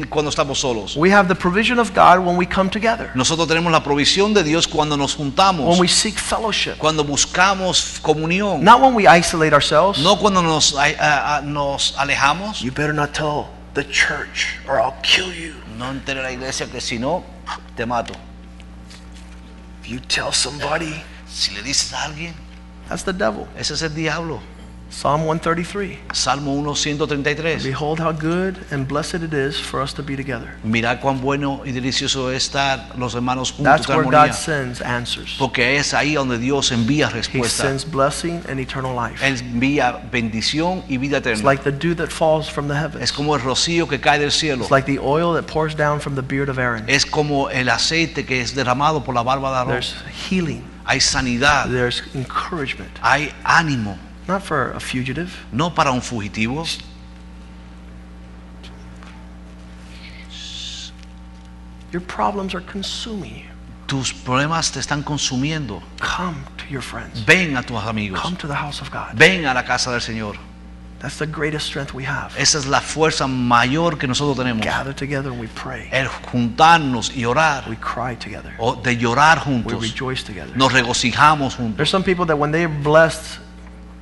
Speaker 2: cuando estamos solos.
Speaker 1: We have the provision of God when we come together,
Speaker 2: Nosotros tenemos la provisión de Dios cuando nos juntamos,
Speaker 1: when we seek fellowship,
Speaker 2: cuando buscamos comunión,
Speaker 1: not when we isolate ourselves.
Speaker 2: no cuando nos, a- a- a- nos alejamos.
Speaker 1: You better not tell the church or I'll kill you.
Speaker 2: No entres a la iglesia que si no, te mato.
Speaker 1: If you tell somebody,
Speaker 2: Si le dices a alguien,
Speaker 1: that's the devil.
Speaker 2: ese es el diablo.
Speaker 1: Psalm 133.
Speaker 2: Salmo 1.133.
Speaker 1: Behold how good and blessed it is for us to be together.
Speaker 2: Mirad cuán bueno y delicioso es estar los hermanos juntos
Speaker 1: That's
Speaker 2: en
Speaker 1: where God
Speaker 2: armonía.
Speaker 1: sends answers.
Speaker 2: Porque es ahí donde Dios envía
Speaker 1: He
Speaker 2: respuesta.
Speaker 1: sends blessing and eternal life.
Speaker 2: Él envía bendición y vida
Speaker 1: It's
Speaker 2: eterna.
Speaker 1: like the dew that falls from the
Speaker 2: Es
Speaker 1: heavens.
Speaker 2: como el rocío que cae del cielo.
Speaker 1: It's like the oil that pours down from the beard of Aaron.
Speaker 2: Es como el aceite que es derramado por la barba de Aarón.
Speaker 1: There's healing.
Speaker 2: Hay sanidad,
Speaker 1: There's encouragement.
Speaker 2: hay ánimo,
Speaker 1: Not for a fugitive.
Speaker 2: no para un fugitivo.
Speaker 1: Your problems are consuming you.
Speaker 2: Tus problemas te están consumiendo.
Speaker 1: Come to your friends.
Speaker 2: Ven a tus amigos.
Speaker 1: Come to the house of God.
Speaker 2: Ven a la casa del Señor.
Speaker 1: That's the greatest strength we have.
Speaker 2: Esa es la fuerza mayor que nosotros tenemos.
Speaker 1: Gather together and we pray.
Speaker 2: El juntarnos y orar.
Speaker 1: We cry together.
Speaker 2: O de llorar
Speaker 1: We
Speaker 2: juntos.
Speaker 1: rejoice together.
Speaker 2: Nos regocijamos juntos.
Speaker 1: There's some people that when they're blessed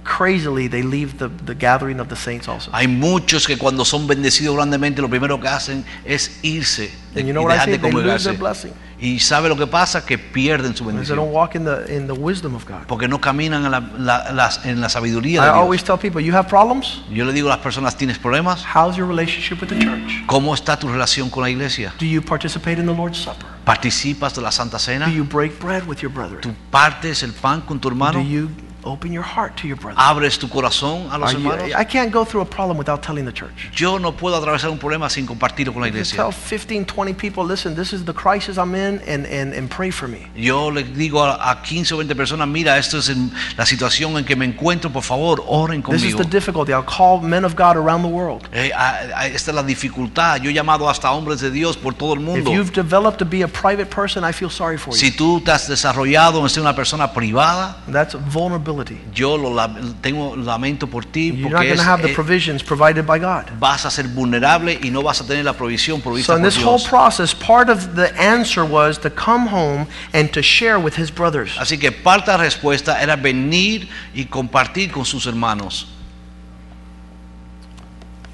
Speaker 1: crazily, they leave the, the gathering of the saints also.
Speaker 2: Hay muchos que cuando son bendecidos grandemente lo primero que hacen es irse de-
Speaker 1: And you
Speaker 2: y
Speaker 1: know what I
Speaker 2: dejar
Speaker 1: say?
Speaker 2: de
Speaker 1: They lose their
Speaker 2: congregarse.
Speaker 1: blessing.
Speaker 2: Y sabe lo que pasa, que pierden su
Speaker 1: Because they
Speaker 2: bendición.
Speaker 1: don't walk in the, in the wisdom of God.
Speaker 2: porque no caminan en la, la- las- en la sabiduría
Speaker 1: I
Speaker 2: de Dios.
Speaker 1: always tell people, you have problems?
Speaker 2: Yo le digo a las personas, ¿tienes problemas?
Speaker 1: How's your relationship with the church?
Speaker 2: ¿Cómo está tu relación con la iglesia?
Speaker 1: Do you participate in the Lord's Supper?
Speaker 2: ¿Participas de la Santa Cena?
Speaker 1: Do you break bread with your brethren?
Speaker 2: ¿Tú partes el pan con tu
Speaker 1: Do
Speaker 2: hermano?
Speaker 1: you open your heart to your brethren?
Speaker 2: ¿Abres tu corazón a los
Speaker 1: Are you-
Speaker 2: hermanos?
Speaker 1: I can't go through a problem without telling the church.
Speaker 2: Yo no puedo atravesar un problema sin compartirlo con la
Speaker 1: Just
Speaker 2: iglesia.
Speaker 1: tell 15, 20 people, listen, this is the crisis I'm in, and, and, and pray for me.
Speaker 2: Yo les digo a, a 15 o 20 personas, mira, esto es en- la situación en que me encuentro, por favor, oren
Speaker 1: This is
Speaker 2: conmigo.
Speaker 1: the difficulty. I'll call men of God around the world.
Speaker 2: Eh, a- a- esta es la dificultad. Yo he llamado hasta hombres de Dios por todo el
Speaker 1: If
Speaker 2: mundo.
Speaker 1: you've developed to be a private person, I feel sorry for you.
Speaker 2: Si tú te has desarrollado en ser una persona privada,
Speaker 1: That's vulnerability.
Speaker 2: Yo lo lam- tengo lamento por ti
Speaker 1: You're not
Speaker 2: porque
Speaker 1: going
Speaker 2: es-
Speaker 1: to have the
Speaker 2: eh,
Speaker 1: provisions provided by God.
Speaker 2: vas a ser vulnerable y no vas a tener la provisión provista
Speaker 1: So in
Speaker 2: por
Speaker 1: this whole
Speaker 2: Dios.
Speaker 1: process, part of the answer was to come home and to share with his brothers.
Speaker 2: Así que parte de la respuesta era venir y compartir con sus hermanos.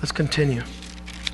Speaker 1: Let's continue.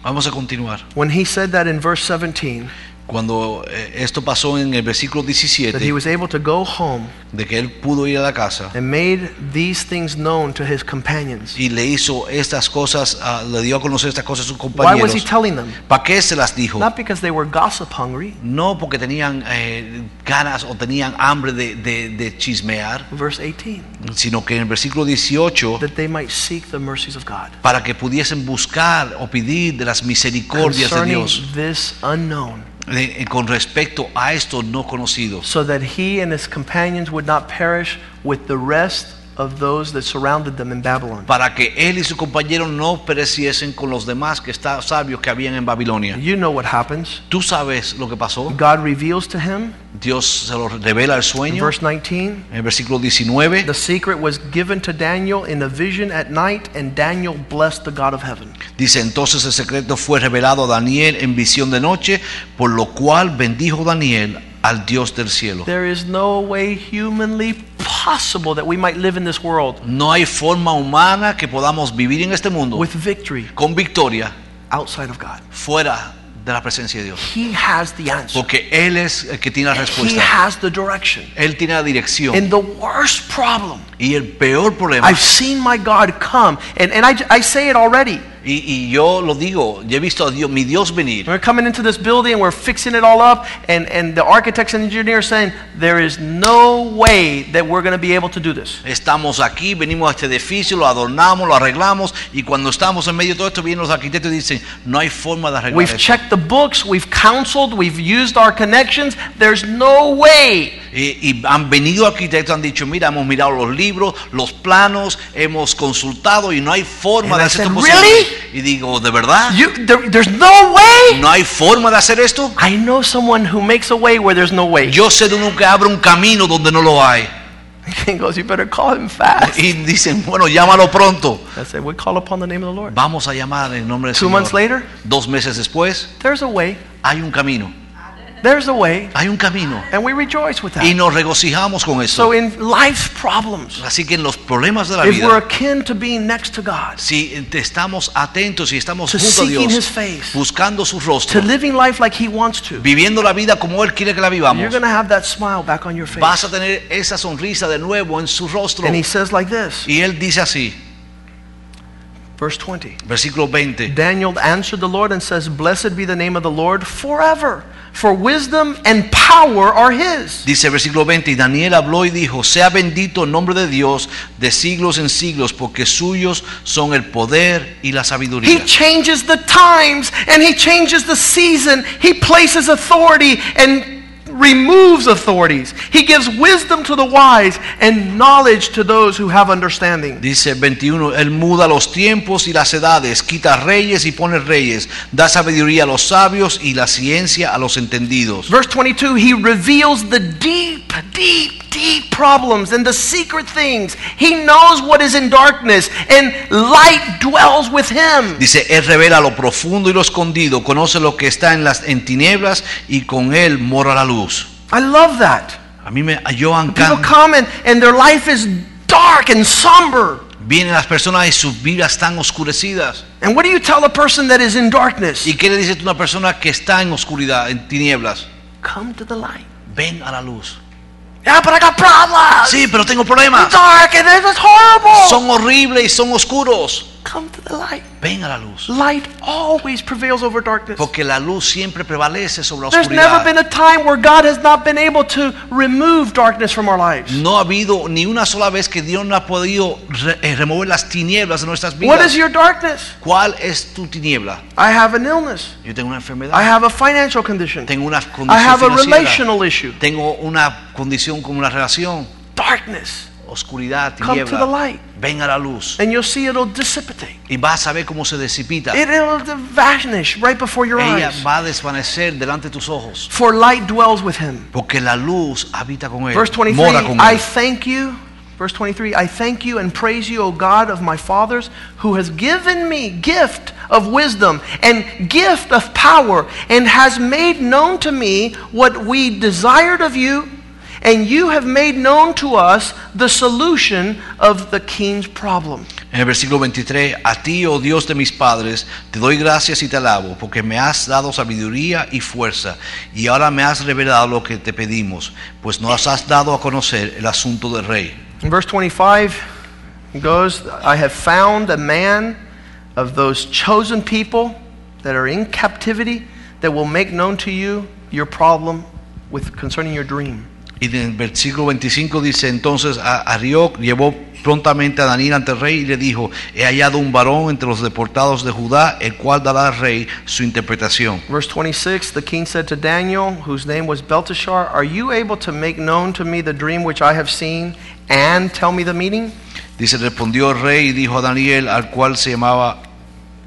Speaker 2: Vamos a continuar.
Speaker 1: When he said that in verse 17,
Speaker 2: Cuando eh, esto pasó en el versículo
Speaker 1: that he
Speaker 2: 17,
Speaker 1: was able to go home
Speaker 2: de que él pudo ir a la casa
Speaker 1: and made these things known to his companions.
Speaker 2: y le hizo estas cosas, ah, le dio a conocer estas cosas a sus
Speaker 1: Why was he
Speaker 2: compañeros.
Speaker 1: telling them?
Speaker 2: ¿Para qué se las dijo?
Speaker 1: Not because they were gossip hungry.
Speaker 2: No porque tenían eh, ganas o tenían hambre de, de- de chismear,
Speaker 1: Verse 18,
Speaker 2: sino que en el versículo 18
Speaker 1: that they might seek the mercies of God.
Speaker 2: para que pudiesen buscar o pedir de las misericordias de
Speaker 1: Concerning
Speaker 2: Dios
Speaker 1: this unknown,
Speaker 2: eh, eh, con respecto a estos no conocidos,
Speaker 1: so that he and his companions would not perish with the rest of those that surrounded them in Babylon.
Speaker 2: para que él y su compañero no pereciesen con los demás que está, sabios que habían en Babilonia.
Speaker 1: You know what happens.
Speaker 2: Tú sabes lo que pasó.
Speaker 1: God reveals to him,
Speaker 2: Dios se lo revela el
Speaker 1: in
Speaker 2: sueño.
Speaker 1: verse 19,
Speaker 2: En el versículo 19,
Speaker 1: the secret was given to Daniel in a vision at night, and Daniel blessed the God of heaven.
Speaker 2: dice entonces el secreto fue revelado a Daniel en visión de noche, por lo cual bendijo Daniel al Dios del cielo.
Speaker 1: There is no way humanly possible that we might live in this world
Speaker 2: No hay forma humana que podamos vivir en este mundo
Speaker 1: with victory
Speaker 2: con victoria
Speaker 1: outside of God.
Speaker 2: fuera de la presencia de Dios.
Speaker 1: He has the answer.
Speaker 2: Porque Él es el que tiene la
Speaker 1: He
Speaker 2: respuesta.
Speaker 1: has the direction.
Speaker 2: Él tiene la
Speaker 1: And
Speaker 2: dirección.
Speaker 1: the worst problem,
Speaker 2: Y el peor problema,
Speaker 1: I've seen my God come, and, and I, I say it already.
Speaker 2: Y, y yo lo digo, yo he visto a Dios, mi Dios venir.
Speaker 1: We're coming into this building, we're fixing it all up, and, and the architects and engineers saying, there is no way that we're going to be able to do this.
Speaker 2: Estamos aquí, venimos a este edificio, lo adornamos, lo arreglamos y cuando estamos en medio de todo esto vienen los arquitectos y dicen, no hay forma de arreglar
Speaker 1: We've
Speaker 2: esto".
Speaker 1: checked the books, we've counseled, we've used our connections. There's no way.
Speaker 2: Y, y han venido arquitectos, han dicho, mira, hemos mirado los libros, los planos, hemos consultado y no hay forma
Speaker 1: And
Speaker 2: de
Speaker 1: I
Speaker 2: hacer
Speaker 1: said,
Speaker 2: esto posible.
Speaker 1: "Really?"
Speaker 2: Y digo, ¿de verdad?
Speaker 1: You, there, there's no way.
Speaker 2: ¿No hay forma de hacer esto?
Speaker 1: I know someone who makes a way where there's no way.
Speaker 2: Yo sé de uno que abre un camino donde no lo hay.
Speaker 1: He goes, you better call him fast.
Speaker 2: Y dicen, bueno, llámalo pronto.
Speaker 1: I said, we call upon the name of the Lord.
Speaker 2: Vamos a llamar en nombre de
Speaker 1: Two months later,
Speaker 2: Dos meses después,
Speaker 1: there's a way.
Speaker 2: hay un camino.
Speaker 1: There's a way.
Speaker 2: Hay un camino.
Speaker 1: And we rejoice with
Speaker 2: Y
Speaker 1: that.
Speaker 2: nos regocijamos con eso.
Speaker 1: So in life's problems,
Speaker 2: Así que en los problemas de la
Speaker 1: if we're
Speaker 2: vida,
Speaker 1: akin to being next to God,
Speaker 2: si te estamos atentos y estamos
Speaker 1: to
Speaker 2: junto a
Speaker 1: seeking His
Speaker 2: Dios,
Speaker 1: face,
Speaker 2: buscando su
Speaker 1: to
Speaker 2: rostro,
Speaker 1: living life like He wants to,
Speaker 2: viviendo la vida como Él quiere que la
Speaker 1: you're
Speaker 2: vivamos,
Speaker 1: going to have that smile back on your face.
Speaker 2: vas a tener esa sonrisa de nuevo en su rostro.
Speaker 1: And He says like this,
Speaker 2: Y Él dice así,
Speaker 1: verse 20.
Speaker 2: versículo 20.
Speaker 1: Daniel answered the Lord and says, Blessed be the name of the Lord forever, for wisdom and power are His.
Speaker 2: Dice versículo 20, y Daniel habló y dijo, sea bendito el nombre de Dios de siglos en siglos, porque suyos son el poder y la
Speaker 1: He
Speaker 2: sabiduría.
Speaker 1: changes the times and he changes the season. He places authority and removes authorities. He gives wisdom to the wise and knowledge to those who have understanding.
Speaker 2: Dice 21, Él muda los tiempos y las edades, quita reyes y pone reyes, da sabiduría a los sabios y la ciencia a los entendidos.
Speaker 1: Verse 22 He reveals the deep, deep, deep problems and the secret things. He knows what is in darkness, and light dwells with Him.
Speaker 2: Dice, Él revela lo profundo y lo escondido, conoce lo que está en las en tinieblas y con Él mora la luz.
Speaker 1: I love that.
Speaker 2: A mí me, yo
Speaker 1: People
Speaker 2: encanto.
Speaker 1: come and, and their life is dark and somber.
Speaker 2: Vienen las personas y sus vidas están oscurecidas.
Speaker 1: And what do you tell a person that is in darkness?
Speaker 2: ¿Y qué le dices tú a una persona que está en oscuridad, en tinieblas?
Speaker 1: Come to the light.
Speaker 2: Ven a la luz.
Speaker 1: Yeah, but I got problems.
Speaker 2: Sí, pero tengo problemas.
Speaker 1: It's dark and this is horrible.
Speaker 2: Son horribles y son oscuros.
Speaker 1: Come to the light.
Speaker 2: Ven a la luz.
Speaker 1: Light always prevails over darkness.
Speaker 2: Porque la luz siempre prevalece sobre la
Speaker 1: There's never been
Speaker 2: oscuridad.
Speaker 1: a time where God has not been able to remove darkness from our lives.
Speaker 2: No ha habido ni una sola vez que Dios no ha podido re- eh, remover las tinieblas de nuestras
Speaker 1: What is
Speaker 2: vidas.
Speaker 1: your darkness?
Speaker 2: ¿Cuál es tu tiniebla?
Speaker 1: I have an illness.
Speaker 2: Yo tengo una
Speaker 1: I
Speaker 2: enfermedad.
Speaker 1: have a financial condition.
Speaker 2: Tengo una
Speaker 1: I have a
Speaker 2: condición financiera.
Speaker 1: relational issue.
Speaker 2: Tengo una condición como una relación.
Speaker 1: Darkness.
Speaker 2: Oscuridad,
Speaker 1: Come to the
Speaker 2: tiniebla.
Speaker 1: light.
Speaker 2: Ven a la luz.
Speaker 1: And you'll see it'll dissipate.
Speaker 2: Y vas a ver cómo se despita.
Speaker 1: It, it'll vanish right before your
Speaker 2: Ella
Speaker 1: eyes.
Speaker 2: va a desvanecer delante de tus ojos.
Speaker 1: For light dwells with him.
Speaker 2: Porque la luz habita con él.
Speaker 1: Verse 23,
Speaker 2: mora con
Speaker 1: I
Speaker 2: él.
Speaker 1: thank you. Verse 23, I thank you and praise you, O God of my fathers, who has given me gift of wisdom and gift of power, and has made known to me what we desired of you, and you have made known to us the solution of the king's problem.
Speaker 2: En el versículo 23, a ti, oh Dios de mis padres, te doy gracias y te alabo, porque me has dado sabiduría y fuerza, y ahora me has revelado lo que te pedimos, pues nos has dado a conocer el asunto del rey.
Speaker 1: In verse 25 it goes, I have found a man of those chosen people that are in captivity that will make known to you your problem with concerning your dream.
Speaker 2: Y en el versículo 25 dice, entonces a Arioc llevó prontamente a Daniel ante el rey y le dijo, he hallado un varón entre los deportados de Judá, el cual dará al rey su interpretación.
Speaker 1: Verse 26 The king said to Daniel, whose name was Belteshazzar, Are you able to make known to me the dream which I have seen and tell me the meaning?
Speaker 2: Dice, respondió el rey y dijo a Daniel, al cual se llamaba,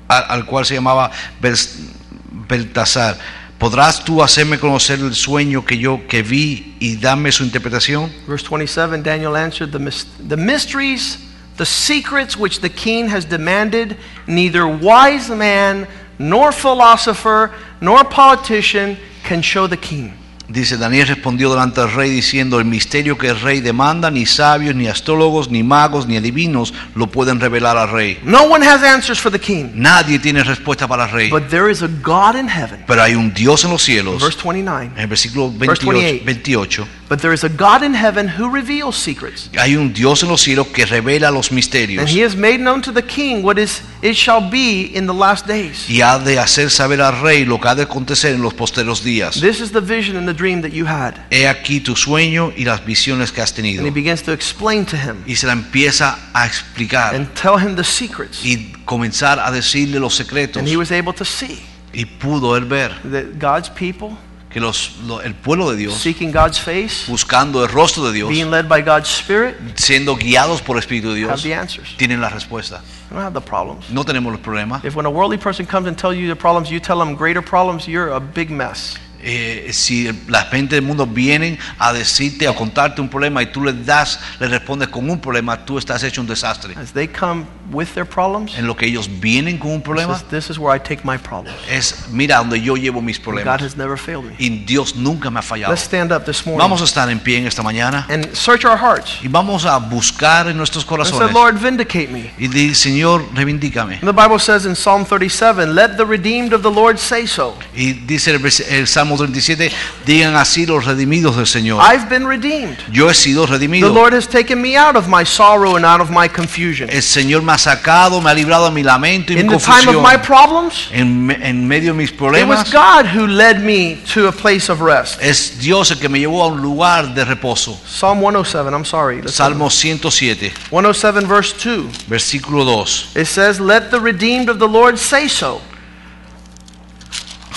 Speaker 2: al, al cual se llamaba Bels- Beltasar, ¿podrás tú hacerme conocer el sueño que yo que vi y darme su interpretación?
Speaker 1: Verse 27 Daniel answered, the, mys- the mysteries, the secrets which the king has demanded, neither wise man, nor philosopher, nor politician can show the king.
Speaker 2: Dice, Daniel respondió delante del rey diciendo, el misterio que el rey demanda, ni sabios, ni astrólogos, ni magos, ni adivinos lo pueden revelar al rey.
Speaker 1: No one has answers for the king,
Speaker 2: Nadie tiene respuesta para el rey,
Speaker 1: but there is a God in heaven.
Speaker 2: pero hay un Dios en los
Speaker 1: Verse
Speaker 2: cielos.
Speaker 1: 29
Speaker 2: En el versículo
Speaker 1: Verse
Speaker 2: 28, 28
Speaker 1: But there is a God in heaven who reveals secrets.
Speaker 2: hay un Dios en los cielos que revela los
Speaker 1: And
Speaker 2: misterios.
Speaker 1: he has made known to the king what is It shall be in the last days.
Speaker 2: y ha de hacer saber al rey lo que ha de acontecer en los posteros días.
Speaker 1: This is the vision and the dream that you had.
Speaker 2: He aquí tu sueño y las visiones que has tenido.
Speaker 1: And he begins to explain to him
Speaker 2: Y se la empieza a explicar
Speaker 1: and tell him the secrets.
Speaker 2: y comenzar a decirle los secretos.
Speaker 1: And he was able to see
Speaker 2: Y pudo él ver
Speaker 1: that God's people
Speaker 2: que los, lo- el pueblo de Dios,
Speaker 1: seeking God's face,
Speaker 2: buscando el rostro de
Speaker 1: being
Speaker 2: Dios,
Speaker 1: led by God's Spirit,
Speaker 2: siendo guiados por el Espíritu de
Speaker 1: have
Speaker 2: Dios,
Speaker 1: the answers.
Speaker 2: tienen la respuesta.
Speaker 1: You don't have the problems.
Speaker 2: No tenemos los problemas.
Speaker 1: If when a worldly person comes and tells you the problems, you tell them greater problems, you're a big mess.
Speaker 2: Eh, si la gente del mundo vienen a decirte, a contarte un problema y tú les das, le respondes con un problema, tú estás hecho un desastre.
Speaker 1: As they come with their problems,
Speaker 2: En lo que ellos vienen con un
Speaker 1: this
Speaker 2: problema
Speaker 1: is, this is where I take my problems.
Speaker 2: es, mira, donde yo llevo mis
Speaker 1: God
Speaker 2: problemas.
Speaker 1: has never failed me.
Speaker 2: Y Dios nunca me ha fallado.
Speaker 1: Let's stand up this morning
Speaker 2: Vamos a estar en pie en esta mañana
Speaker 1: and search our hearts
Speaker 2: y vamos a buscar en nuestros
Speaker 1: and say,
Speaker 2: corazones.
Speaker 1: Lord, vindicate me.
Speaker 2: Y di, Señor, reivindícame.
Speaker 1: And the Bible says in Psalm 37, let the redeemed of the Lord say so.
Speaker 2: Y dice el, vers- el Salmo 37, digan así los redimidos del Señor.
Speaker 1: I've been redeemed.
Speaker 2: Yo he sido
Speaker 1: The
Speaker 2: redimido.
Speaker 1: Lord has taken me out of my sorrow and out of my confusion.
Speaker 2: El Señor me ha sacado, me ha librado de mi lamento y mi
Speaker 1: In the time of
Speaker 2: confusión.
Speaker 1: my problems,
Speaker 2: En, me- en medio de mis
Speaker 1: it was
Speaker 2: problemas,
Speaker 1: God who led me to a place of rest.
Speaker 2: es Dios el que me llevó a un lugar de reposo.
Speaker 1: Psalm 107, I'm sorry. Let's-
Speaker 2: Salmo 107,
Speaker 1: 107, verse 2.
Speaker 2: versículo 2.
Speaker 1: It says, Let the redeemed of the Lord say so,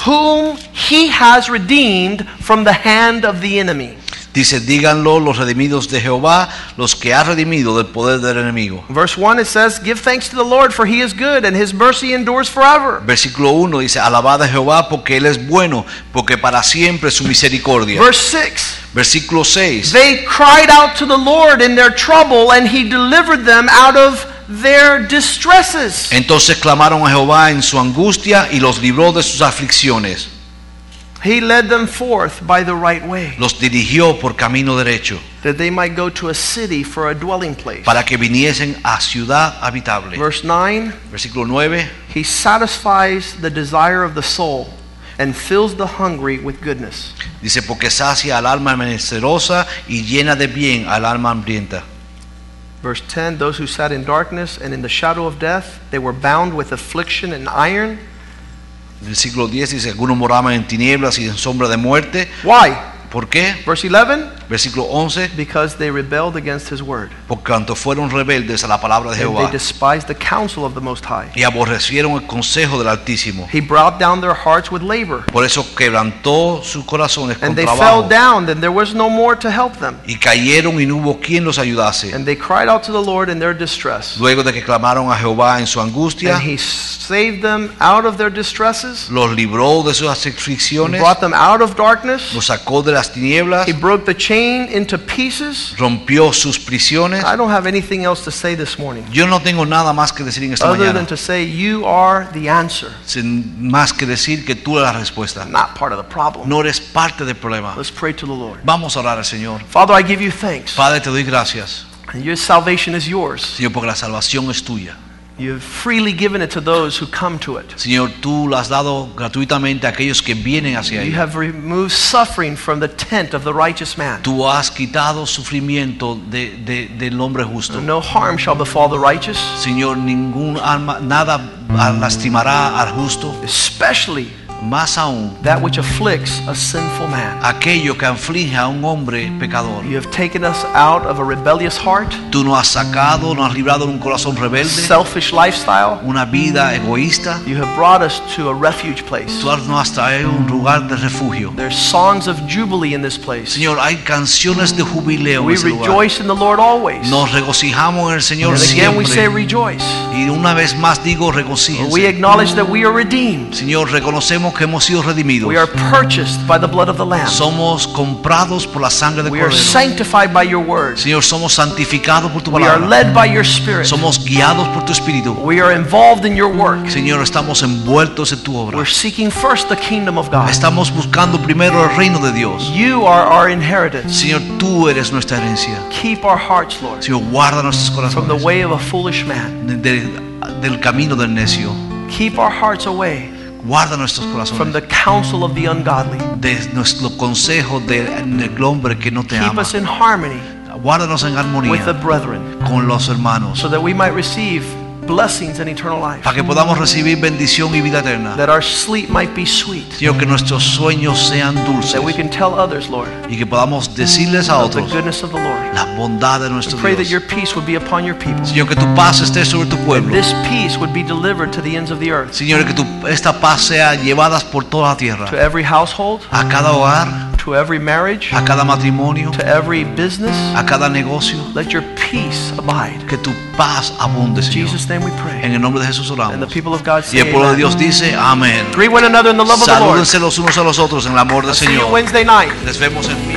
Speaker 1: whom he has redeemed from the hand of the enemy.
Speaker 2: Dice, díganlo los redimidos de Jehová, los que ha redimido del poder del enemigo.
Speaker 1: Verse 1, it says, Give thanks to the Lord, for he is good, and his mercy endures forever.
Speaker 2: Versículo 1 dice, alabad a Jehová porque Él es bueno, porque para siempre es su misericordia.
Speaker 1: Verse 6,
Speaker 2: Versículo 6.
Speaker 1: they cried out to the Lord in their trouble, and he delivered them out of their distresses.
Speaker 2: Entonces clamaron a Jehová en su angustia y los libró de sus aflicciones.
Speaker 1: He led them forth by the right way,
Speaker 2: Los dirigió por camino derecho
Speaker 1: that they might go to a city for a dwelling place.
Speaker 2: para que viniesen a ciudad habitable.
Speaker 1: Verse 9,
Speaker 2: Versículo 9.
Speaker 1: He satisfies the desire of the soul and fills the hungry with goodness.
Speaker 2: Dice, porque sacia al alma menesterosa y llena de bien al alma hambrienta.
Speaker 1: Verse 10 Those who sat in darkness and in the shadow of death, they were bound with affliction and iron.
Speaker 2: Versículo 10 dice, algunos moraban en tinieblas y en sombra de muerte.
Speaker 1: Why?
Speaker 2: ¿Por qué?
Speaker 1: Verse 11
Speaker 2: Versículo 11.
Speaker 1: Because they rebelled against his word.
Speaker 2: Por cuanto fueron rebeldes a la palabra de
Speaker 1: And they
Speaker 2: Jehová
Speaker 1: despised the counsel of the Most High.
Speaker 2: y aborrecieron el consejo del Altísimo.
Speaker 1: He brought down their hearts with labor.
Speaker 2: Por eso quebrantó sus corazones con
Speaker 1: And they
Speaker 2: trabajo
Speaker 1: fell down, and there was no more to help them.
Speaker 2: y cayeron y no hubo quien los ayudase.
Speaker 1: And they cried out to the Lord in their distress.
Speaker 2: Luego de que clamaron a Jehová en su angustia,
Speaker 1: And he saved them out of their distresses,
Speaker 2: los libró de sus
Speaker 1: and
Speaker 2: aflicciones,
Speaker 1: brought them out of darkness.
Speaker 2: los sacó de las tinieblas,
Speaker 1: He broke the chain into pieces.
Speaker 2: rompió sus prisiones.
Speaker 1: I don't have anything else to say this morning
Speaker 2: Yo no tengo nada más que decir en esta
Speaker 1: other than
Speaker 2: mañana,
Speaker 1: to say you are the answer,
Speaker 2: sin más que decir que tú eres la respuesta.
Speaker 1: not part of the problem.
Speaker 2: No eres parte del problema.
Speaker 1: Let's pray to the Lord.
Speaker 2: Vamos a orar al Señor.
Speaker 1: Father, I give you thanks.
Speaker 2: Padre, te doy gracias,
Speaker 1: And your salvation is yours.
Speaker 2: Señor, porque la salvación es tuya.
Speaker 1: You have freely given it to those who come to it.
Speaker 2: Señor, tú la has dado gratuitamente a aquellos que vienen hacia
Speaker 1: You
Speaker 2: ella.
Speaker 1: have removed suffering from the tent of the righteous man.
Speaker 2: Tú has quitado sufrimiento de- de- del hombre justo.
Speaker 1: No harm shall befall the righteous,
Speaker 2: Señor, ningún alma, nada lastimará al justo,
Speaker 1: especially
Speaker 2: más aún
Speaker 1: that which afflicts a sinful man.
Speaker 2: aquello que aflige a un hombre pecador.
Speaker 1: You have taken us out of a rebellious heart,
Speaker 2: Tú nos has sacado, nos has librado de un corazón rebelde,
Speaker 1: selfish lifestyle.
Speaker 2: una vida egoísta.
Speaker 1: You have brought us to a refuge place.
Speaker 2: Tú nos has traído un lugar de refugio.
Speaker 1: There's songs of jubilee in this place.
Speaker 2: Señor, hay canciones de jubileo en
Speaker 1: We
Speaker 2: ese lugar.
Speaker 1: rejoice in the Lord always.
Speaker 2: Nos regocijamos en el Señor
Speaker 1: And again, we say
Speaker 2: siempre.
Speaker 1: rejoice.
Speaker 2: Y una vez más digo,
Speaker 1: We
Speaker 2: regocíjense.
Speaker 1: acknowledge that we are redeemed.
Speaker 2: Señor, reconocemos que hemos sido redimidos.
Speaker 1: We are purchased by the blood of the Lamb.
Speaker 2: Somos comprados por la sangre de
Speaker 1: We are
Speaker 2: Cordero.
Speaker 1: sanctified by your word.
Speaker 2: Señor, somos santificados por tu
Speaker 1: We are
Speaker 2: palabra.
Speaker 1: led by your spirit.
Speaker 2: Somos guiados por tu espíritu.
Speaker 1: We are involved in your work.
Speaker 2: Señor, estamos envueltos en tu obra.
Speaker 1: We're seeking first the kingdom of God.
Speaker 2: Estamos buscando primero el reino de Dios.
Speaker 1: You are our inheritance.
Speaker 2: Señor, tú eres nuestra herencia.
Speaker 1: Keep our hearts, Lord,
Speaker 2: Señor, guarda nuestros
Speaker 1: from the
Speaker 2: corazones
Speaker 1: way of a foolish man.
Speaker 2: del, del camino del necio.
Speaker 1: Keep our hearts away
Speaker 2: Guarda nuestros
Speaker 1: from
Speaker 2: corazones
Speaker 1: the counsel of the ungodly.
Speaker 2: de nuestro consejo del, del hombre que no te
Speaker 1: Keep
Speaker 2: ama.
Speaker 1: us in harmony
Speaker 2: Guárdanos en
Speaker 1: with the
Speaker 2: armonía
Speaker 1: brethren
Speaker 2: con los hermanos
Speaker 1: so that we might receive blessings and eternal life.
Speaker 2: para que podamos recibir bendición y vida eterna.
Speaker 1: That our sleep might be sweet.
Speaker 2: Señor, que nuestros sueños sean dulces
Speaker 1: That we can tell others, Lord,
Speaker 2: y que podamos decirles a
Speaker 1: of the
Speaker 2: otros
Speaker 1: goodness of the Lord.
Speaker 2: la bondad de nuestro
Speaker 1: Pray that your
Speaker 2: Dios.
Speaker 1: peace would be upon your people.
Speaker 2: Señor, que tu paz esté sobre tu pueblo.
Speaker 1: This peace would be delivered to the ends of the earth,
Speaker 2: Señor, que tu, esta paz sea llevada por toda la
Speaker 1: to
Speaker 2: tierra,
Speaker 1: every household,
Speaker 2: a cada hogar,
Speaker 1: to every marriage,
Speaker 2: a cada matrimonio,
Speaker 1: to every business.
Speaker 2: a cada negocio.
Speaker 1: Let your peace abide.
Speaker 2: Que tu paz abunde,
Speaker 1: In
Speaker 2: Señor.
Speaker 1: Jesus' name we pray.
Speaker 2: En el nombre de Jesús
Speaker 1: And the
Speaker 2: oramos.
Speaker 1: people of God
Speaker 2: Y
Speaker 1: say,
Speaker 2: el pueblo de
Speaker 1: amen.
Speaker 2: Dios dice, amén.
Speaker 1: Greet one another in the love of the Lord.
Speaker 2: Salúdense los unos a los otros en el amor del
Speaker 1: See you
Speaker 2: Señor.
Speaker 1: Wednesday night.
Speaker 2: Les vemos en